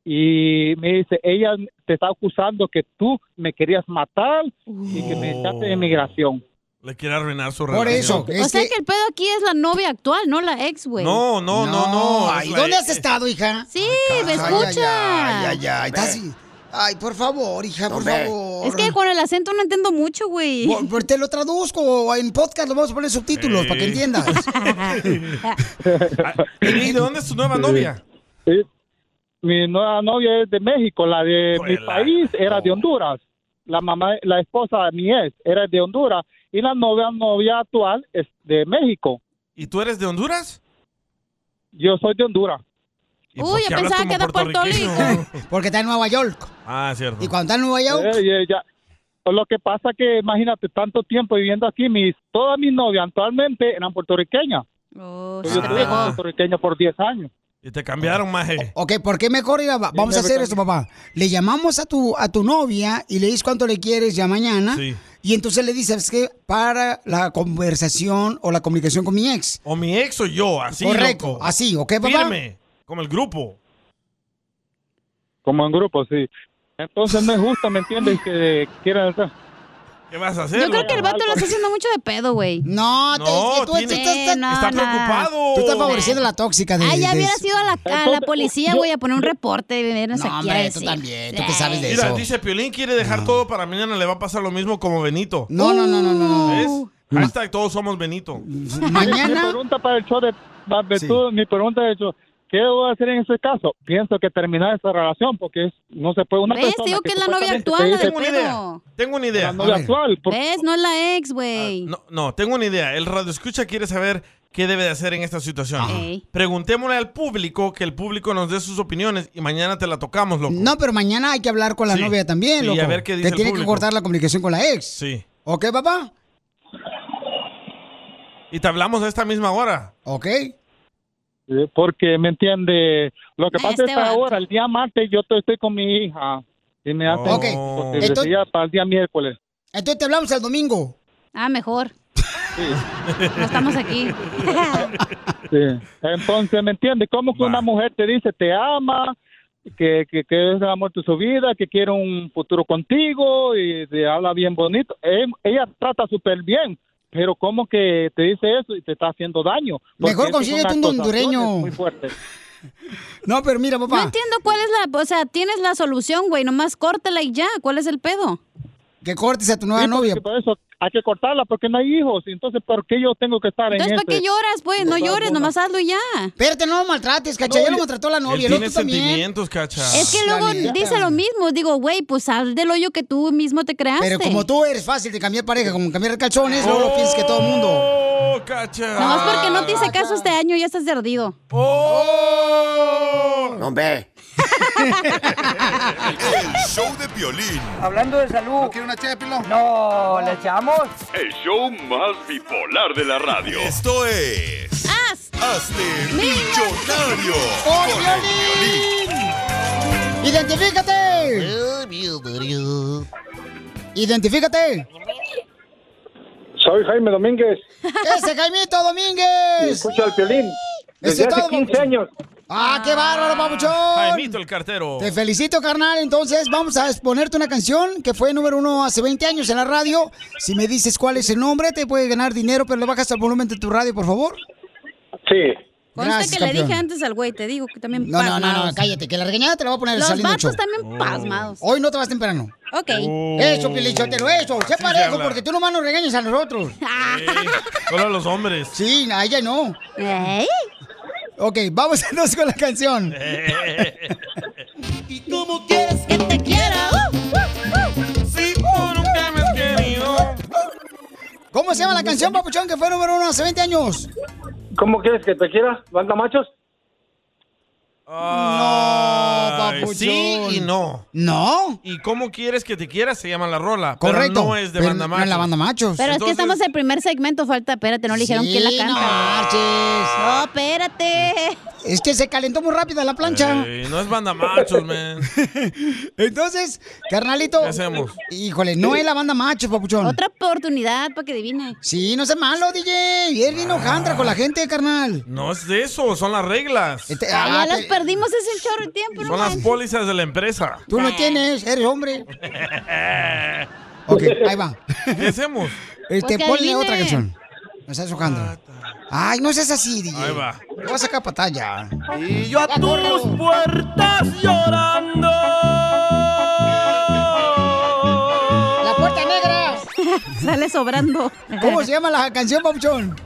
Y me dice, ella te está acusando que tú me querías matar y que me echaste de migración.
Oh, Le quiere arruinar su
Por
relación.
eso,
o sea que... el pedo aquí es la novia actual, no la ex, güey.
No, no, no, no. es
Ay,
la-
¿dónde has estado, hija?
Sí, me
Ay,
escucha.
Ay, ay, ay, ay, estás- ay, por favor, hija, por
Hombre.
favor.
Es que con el acento no entiendo mucho, güey.
Por- por- pues, te lo traduzco, en podcast lo vamos a poner subtítulos
Sí.
para que entiendas.
¿Y de dónde es tu nueva novia?
Sí. Mi nueva novia es de México, la de
Pues
mi país era de Honduras. La mamá, la esposa de mi ex era de Honduras y la novia novia actual es de México.
¿Y tú eres de Honduras?
Yo soy de Honduras.
¿Y por
Uy,
qué
yo
hablas
pensaba
como
que era Puerto
puertorriqueño?
Rico.
Porque está en Nueva York.
Ah, cierto.
Y cuando está en Nueva York.
Eh, ya- ya. Lo que pasa que imagínate tanto tiempo viviendo aquí, mis todas mis novias actualmente eran puertorriqueñas.
Oh,
Yo estuve con puertorriqueña por 10 años.
Y te cambiaron, maje.
Ok, ¿por qué mejor? Mira, va- vamos a hacer esto, papá. Le llamamos a tu, a tu novia y le dices cuánto le quieres ya mañana.
Sí.
Y entonces le dices, ¿sabes qué? Para la conversación o la comunicación con mi ex.
O mi ex o yo, así.
Correcto,
loco.
así, ¿ok, papá?
Firme, como el grupo.
Como en grupo, sí. Entonces no es justo, ¿me entiendes? Que quieran hacer.
¿Qué vas a hacer?
Yo creo
loco?
que el vato lo está haciendo mucho de pedo, güey.
No,
te- No, es que tú- tiene- tú estás-
no,
está
no.
preocupado.
Tú estás favoreciendo a la tóxica de
Ah, ya
de-
hubiera sido a la, a la policía, güey, a poner un reporte y venirnos aquí a
hombre, tú
decir.
también, tú que sabes de
Mira,
eso.
dice Piolín quiere dejar todo para mañana, le va a pasar lo mismo como Benito.
No, no, no, no, no, no.
¿Ves? Hashtag todos somos Benito.
Mi pregunta para el show de más de todo, mi pregunta de hecho, ¿qué debo hacer en ese caso? Pienso que terminar esa relación porque es- no se puede una
¿Ves?
persona
Digo que es la novia
supuestamente
actual,
te
la de
dice-
pedo.
Tengo una idea.
La novia actual. por-
¿Ves? No es la ex, güey.
Ah, No, no, tengo una idea. El radio escucha quiere saber qué debe de hacer en esta situación.
Ajá. Ey.
Preguntémosle al público, que el público nos dé sus opiniones y mañana te la tocamos, loco.
No, pero mañana hay que hablar con la
Sí.
novia también,
Sí,
loco.
a ver qué dice
Te
el
tiene que
público.
cortar la comunicación con la ex.
Sí.
¿Ok, papá?
Y te hablamos a esta misma hora.
¿Ok?
eh, Porque, ¿me entiende? Lo que
Este
pasa es que
vato.
ahora, el día martes, yo estoy, estoy con mi hija. Y me hacen
Ok.
posible
Entonces-
día para el día miércoles.
Entonces te hablamos el domingo.
Ah, mejor. No estamos aquí.
Sí. Entonces, ¿me entiendes? ¿Cómo que una mujer te dice te ama, que, que, que es el amor de su vida, que quiere un futuro contigo y te habla bien bonito? Em- Ella, trata súper bien, pero ¿cómo que te dice eso y te está haciendo daño?
Mejor
eso son
consíguete un
acusaciones
hondureño.
Muy fuerte.
No, pero mira,
No
papá,
entiendo cuál es la. O sea, tienes la solución, güey. Nomás córtala y ya. ¿Cuál es el pedo?
que cortes a tu nueva
Sí, porque
novia.
Por eso hay que cortarla porque no hay hijos. Entonces, ¿por qué yo tengo que estar en
Entonces,
eso?
¿para qué lloras, pues? No llores, nomás hazlo y ya.
Espérate, no maltrates, cacha. ya lo maltrató la novia,
Él
el
tiene
otro también.
sentimientos, cacha.
Es que luego dice lo mismo. Digo, güey, pues sal del hoyo que tú mismo te creaste.
Pero como tú eres fácil de cambiar pareja, como cambiar calzones, luego lo piensas que todo el mundo.
Oh, cacha.
Nomás porque no te hice caso este año, ya estás perdido.
¡Oh!
No, hombre.
El show de Piolín.
Hablando de salud. ¿No quiere una chépilo? No, ¿le echamos?
El show más bipolar de la radio.
Esto es.
¡Haz!
¡Hazte millonario!
¡Con
Con el Piolín.
¡Identifícate! ¡Identifícate!
Soy Jaime Domínguez.
¡Ese Jaimito
y
Domínguez!
Escucho al violín. Desde
Eso es
hace
todo,
15 años.
¡Ah, qué bárbaro, papuchón!
Jaimito el cartero.
Te felicito, carnal. Entonces, vamos a exponerte una canción que fue número uno hace 20 años en la radio. Si me dices cuál es el nombre, te puedes ganar dinero, pero le bajas el volumen de tu radio, por favor.
Sí.
Consta
Gracias,
que le
campeón.
dije antes al güey, te digo que también
No, no, no,
pasmados.
no, cállate, que la regañada te la voy a poner
Los
saliendo del
vatos
show.
Oh.
también pasmados.
Hoy no te vas temprano. Uh.
Ok.
Eso, Pilichotelo, eso. Sé
Sí se
parejo,
habla. Ah.
porque tú nomás nos regañas a nosotros.
Eh, Solo a los hombres.
Sí, a ella no. Ok, vamos entonces con la canción.
Eh,
¿Y cómo quieres que te quiera? uh, Si tú nunca me has querido.
¿Cómo se llama la canción, papuchón, que fue número uno hace 20 años?
¿Cómo quieres que te quiera? ¿Banda machos?
Ay,
papuchón.
Ah, Sí y no.
¿No?
¿Y cómo quieres que te quiera? Se llama la rola.
Correcto,
Pero no es de
pero
banda
no es
machos.
la Banda Machos.
Pero es que estamos en el primer segmento, falta, espérate, no le dijeron
Sí,
quién la
no
canta.
marches.
No, espérate.
Es que se calentó muy rápido la plancha.
Ey, no es banda machos, man.
Entonces, carnalito.
¿Qué hacemos?
Híjole, no es la banda machos, papuchón.
Otra oportunidad para que adivine.
Sí, no sea malo, DJ. Eres bien hojandra con la gente, carnal.
No es de eso, son las reglas.
Este,
Ay, Ah,
ah,
ya las perdimos ese chorro de tiempo, no
Son las
manches.
pólizas de la empresa.
Tú no tienes, eres hombre. Ok, ahí va.
¿Qué hacemos?
Este,
Pues que
ponle
adivine.
otra canción. No seas hojandra. Ay, no seas así, DJ.
Ah, Ahí va.
Te voy a sacar patalla.
Y yo a tus puertas llorando.
¡La puerta negra!
Sale sobrando.
¿Cómo se llama la canción, papuchón?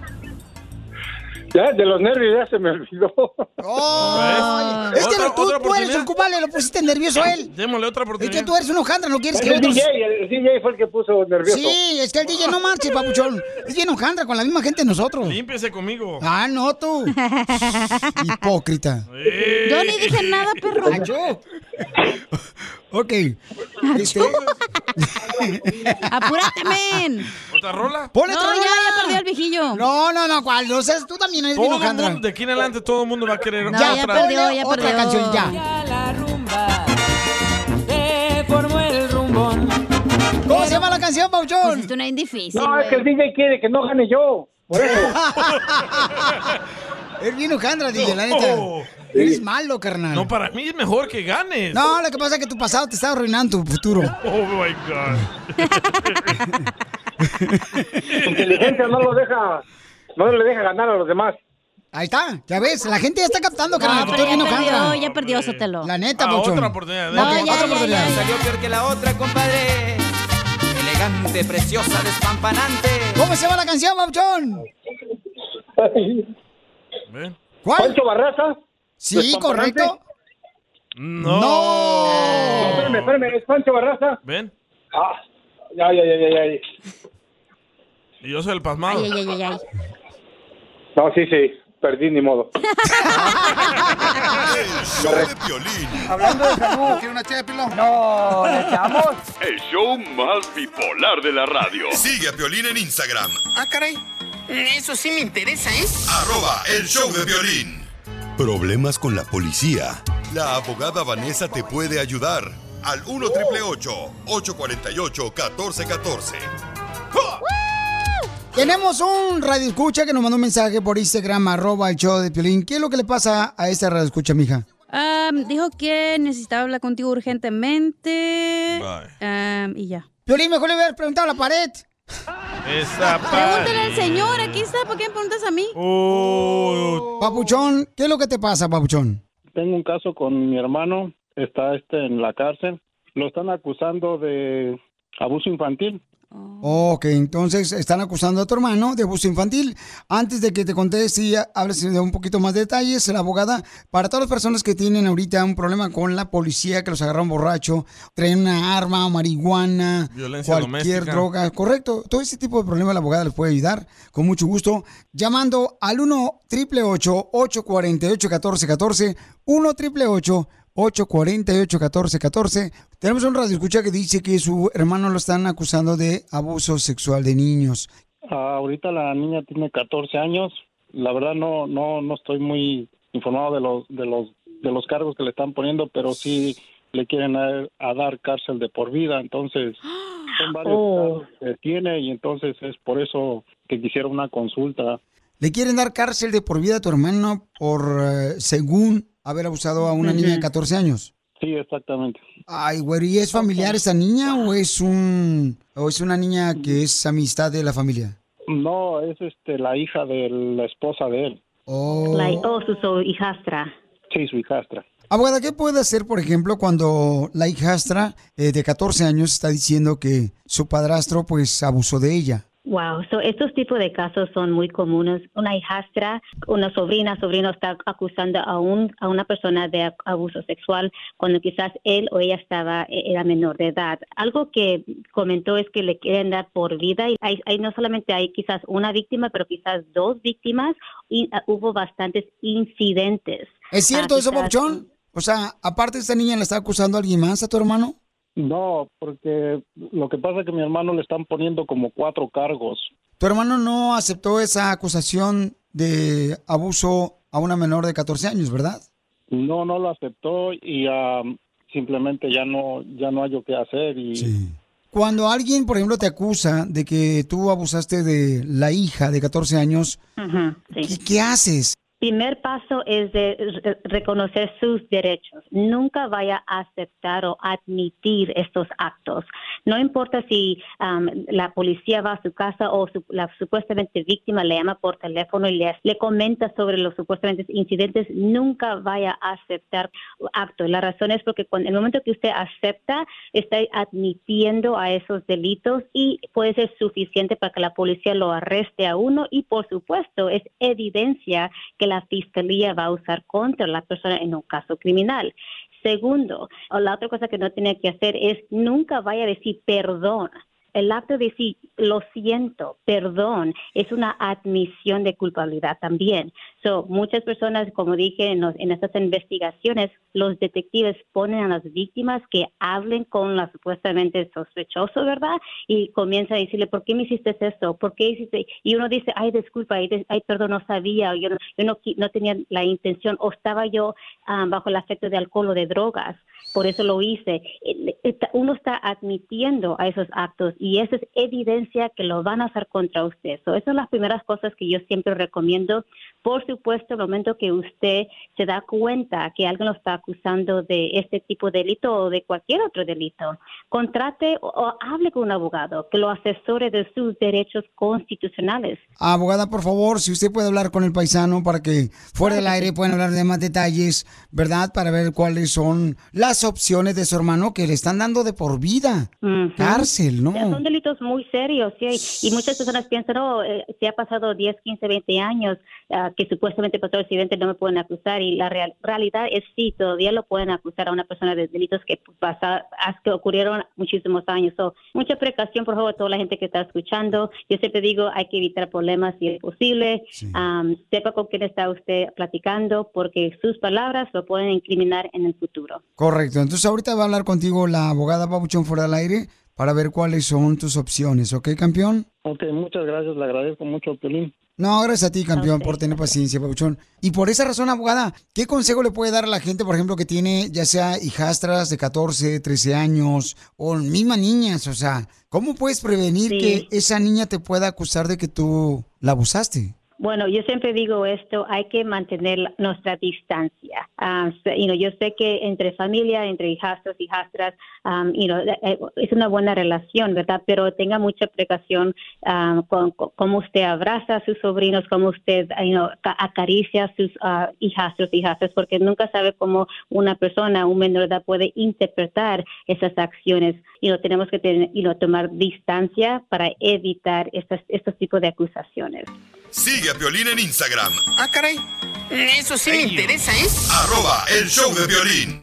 Ya, de los nervios ya se me olvidó.
Ah.
Ay, es que no, tú, tú eres el culpable, lo pusiste nervioso a él.
Démosle otra
Es
oportunidad.
que tú eres un hojandra, no quieres
Es
que
el
otros...
DJ, el DJ fue el que puso nervioso.
Sí, es que el DJ no marche, papuchón. Es bien hojandra con la misma gente de nosotros.
Límpiese conmigo.
Ah, no, tú. Hipócrita.
Yo ni dije nada, perro.
Achú. Ok. Este,
Ah, Apúrate, men.
¿Otra rola?
Ponle
no,
otra
ya,
rola.
ya perdió el viejillo.
No, no, no, cuál. No seas tú también eres bien
Todo el
hojandra.
mundo, de aquí en adelante todo el mundo va a querer
No, ya
otra.
perdió, ya
otra
perdió.
canción, ya.
Te formó el rumbón.
¿Cómo se llama la canción, Pauchón?
Es una bien difícil.
No, es que el DJ quiere que no gane yo. Por eso.
Es bien hojandra, DJ, la
No.
neta. Eres malo, carnal.
No, para mí es mejor que ganes.
No, lo que pasa es que tu pasado te está arruinando tu futuro.
Oh my God.
Su inteligencia no lo deja, no le deja ganar a los demás.
Ahí está, ya ves, la gente ya está captando, carnal,
No,
que tú
pero
eres
ya
bien
perdió,
hojandra.
ya perdió, sótelo.
La neta,
Ah,
Pauchón.
otra oportunidad,
Ok,
dale. No, ya,
otra
ya,
oportunidad.
Salió peor que la otra, compadre. Elegante, preciosa, despampanante.
¿Cómo se llama la canción, Pauchón? ¿Cuál?
¿Pancho Barraza?
Sí, correcto.
No.
No, espérame, espérame, ¿es Pancho Barraza?
¿Ven?
Ah, ya, ya, ya, ya, ya.
Y yo soy el pasmado.
Ay, ay, ay, ay.
No, sí, sí, perdí ni modo.
Hablando de salud. ¿No una No, ¿le echamos?
El show más bipolar de la radio.
Sigue a Piolín en Instagram,
Ah, caray. Eso sí me interesa, ¿eh? ¿es?
arroba el show de Piolín. Problemas con la policía. La abogada Vanessa te puede ayudar al 1 848 1414
Tenemos un radio escucha que nos mandó un mensaje por Instagram, arroba el show de Piolín. ¿Qué es lo que le pasa a esta radio escucha, mija?
Am, Ah, dijo que necesitaba hablar contigo urgentemente. Am, y ya.
Piolín, mejor le hubiera preguntado a la pared.
Esa
Pregúntale al
pared.
señor, aquí está, ¿por qué me preguntas a mí? Uh,
Papuchón, ¿qué es lo que te pasa, Papuchón?
Tengo un caso con mi hermano, está este en la cárcel. Lo están acusando de abuso infantil.
Ok, entonces están acusando a tu hermano de abuso infantil. Antes de que te conté, si hables de un poquito más de detalles, la abogada, para todas las personas que tienen ahorita un problema con la policía, que los agarraron borracho, traen una arma, marihuana,
Violencia
cualquier
doméstica.
droga, Ah, correcto, todo ese tipo de problemas la abogada les puede ayudar con mucho gusto, llamando al 1 888 848 1414 1 888 848 1414 Tenemos un radio escucha que dice que su hermano lo están acusando de abuso sexual de niños.
Ah, ahorita la niña tiene 14 años. La verdad no no no estoy muy informado de los de los de los cargos que le están poniendo, pero sí le quieren a, a dar cárcel de por vida, entonces son varios
Oh.
casos que tiene y entonces es por eso que quisiera una consulta.
Le quieren dar cárcel de por vida a tu hermano por, eh, según, haber abusado a una niña de
Ujú.
14 años.
Sí, exactamente.
Ay, güey, ¿y es familiar esa niña o es un o es una niña que es amistad de la familia?
No, es este la hija de la esposa de él.
Oh.
Like, oh, su, su hijastra.
Sí, su hijastra.
Abogada, ¿qué puede hacer, por ejemplo, cuando la hijastra eh, de 14 años está diciendo que su padrastro pues abusó de ella?
Wow, so estos tipos de casos son muy comunes. Una hijastra, una sobrina, sobrino está acusando a, un, a una persona de ac- abuso sexual cuando quizás él o ella estaba e-, era menor de edad. Algo que comentó es que le quieren dar por vida y hay, hay- no solamente hay quizás una víctima, pero quizás dos víctimas y ah, hubo bastantes incidentes.
¿Es cierto
Ah,
eso,
quizás-
Papuchón? O sea, aparte esta niña le está acusando a alguien más a tu hermano.
No, porque lo que pasa es que a mi hermano le están poniendo como cuatro cargos.
Tu hermano no aceptó esa acusación de abuso a una menor de 14 años, ¿verdad?
No, no lo aceptó y am, simplemente ya no ya no hay yo qué hacer y
Cuando alguien, por ejemplo, te acusa de que tú abusaste de la hija de 14 años,
Ujú, sí.
¿qué, qué haces?
Primer paso es de re- reconocer sus derechos. Nunca vaya a aceptar o admitir estos actos. No importa si um, la policía va a su casa o su- la supuestamente víctima le llama por teléfono y le, le comenta sobre los supuestamente incidentes, nunca vaya a aceptar actos. La razón es porque cuando, el momento que usted acepta, está admitiendo a esos delitos y puede ser suficiente para que la policía lo arreste a uno y por supuesto es evidencia que la fiscalía va a usar contra la persona en un caso criminal. Segundo, o la otra cosa que no tiene que hacer es nunca vaya a decir perdón. El acto de decir lo siento, perdón, es una admisión de culpabilidad también. So, muchas personas, como dije en, los- en estas investigaciones, los detectives ponen a las víctimas que hablen con la supuestamente sospechoso, ¿verdad? Y comienza a decirle, ¿por qué me hiciste esto? ¿Por qué hiciste? Y uno dice, ay, disculpa, ay, des- ay, perdón, no sabía, o yo, no, yo no, qui- no tenía la intención, o estaba yo ah, bajo el afecto de alcohol o de drogas, por eso lo hice. El- está- Uno está admitiendo a esos actos y esa es evidencia que lo van a hacer contra usted. So, esas son las primeras cosas que yo siempre recomiendo. Por supuesto, el momento que usted se da cuenta que alguien lo está acusando de este tipo de delito o de cualquier otro delito, contrate o, o hable con un abogado que lo asesore de sus derechos constitucionales.
Abogada, por favor, si usted puede hablar con el paisano para que fuera del aire puedan hablar de más detalles, ¿verdad? Para ver cuáles son las opciones de su hermano que le están dando de por vida.
Ujú.
Cárcel, ¿no?
Son delitos muy serios, ¿sí? Y muchas personas piensan, oh, eh, si ha pasado 10, 15, 20 años ah, que supuestamente pasó el accidente, no me pueden acusar. Y la real- realidad es sí, todavía lo pueden acusar a una persona de delitos que, pasa- as- que ocurrieron muchísimos años. So, mucha precaución, por favor, a toda la gente que está escuchando. Yo siempre digo, hay que evitar problemas si es posible. Am, sepa con quién está usted platicando, porque sus palabras lo pueden incriminar en el futuro.
Correcto. Entonces ahorita va a hablar contigo la abogada Papuchón fuera del aire para ver cuáles son tus opciones, ¿ok, campeón?
Ok, muchas gracias, le agradezco mucho, Piolín.
No, gracias a ti, campeón, por tener paciencia, Papuchón. Y por esa razón, abogada, ¿qué consejo le puede dar a la gente, por ejemplo, que tiene ya sea hijastras de 14, 13 años o mismas niñas? O sea, ¿cómo puedes prevenir
Sí.
que esa niña te pueda acusar de que tú la abusaste?
Bueno, yo siempre digo esto, hay que mantener la- nuestra distancia. Ah, se- you know, yo sé que entre familia, entre hijastros, hijastras, um, you know, eh, eh, es una buena relación, ¿verdad? Pero tenga mucha precaución ah, con, con- cómo usted abraza a sus sobrinos, cómo usted you know, ca- acaricia a sus ah, hijastros, hijastras, porque nunca sabe cómo una persona, un menor de edad, puede interpretar esas acciones. Y no tenemos que tener, you know, tomar distancia para evitar estas, estos tipos de acusaciones.
Sigue a Piolín
Ah,
en Instagram,
Ah, caray. Eso sí me interesa, ¿eh?
arroba el show de Piolín.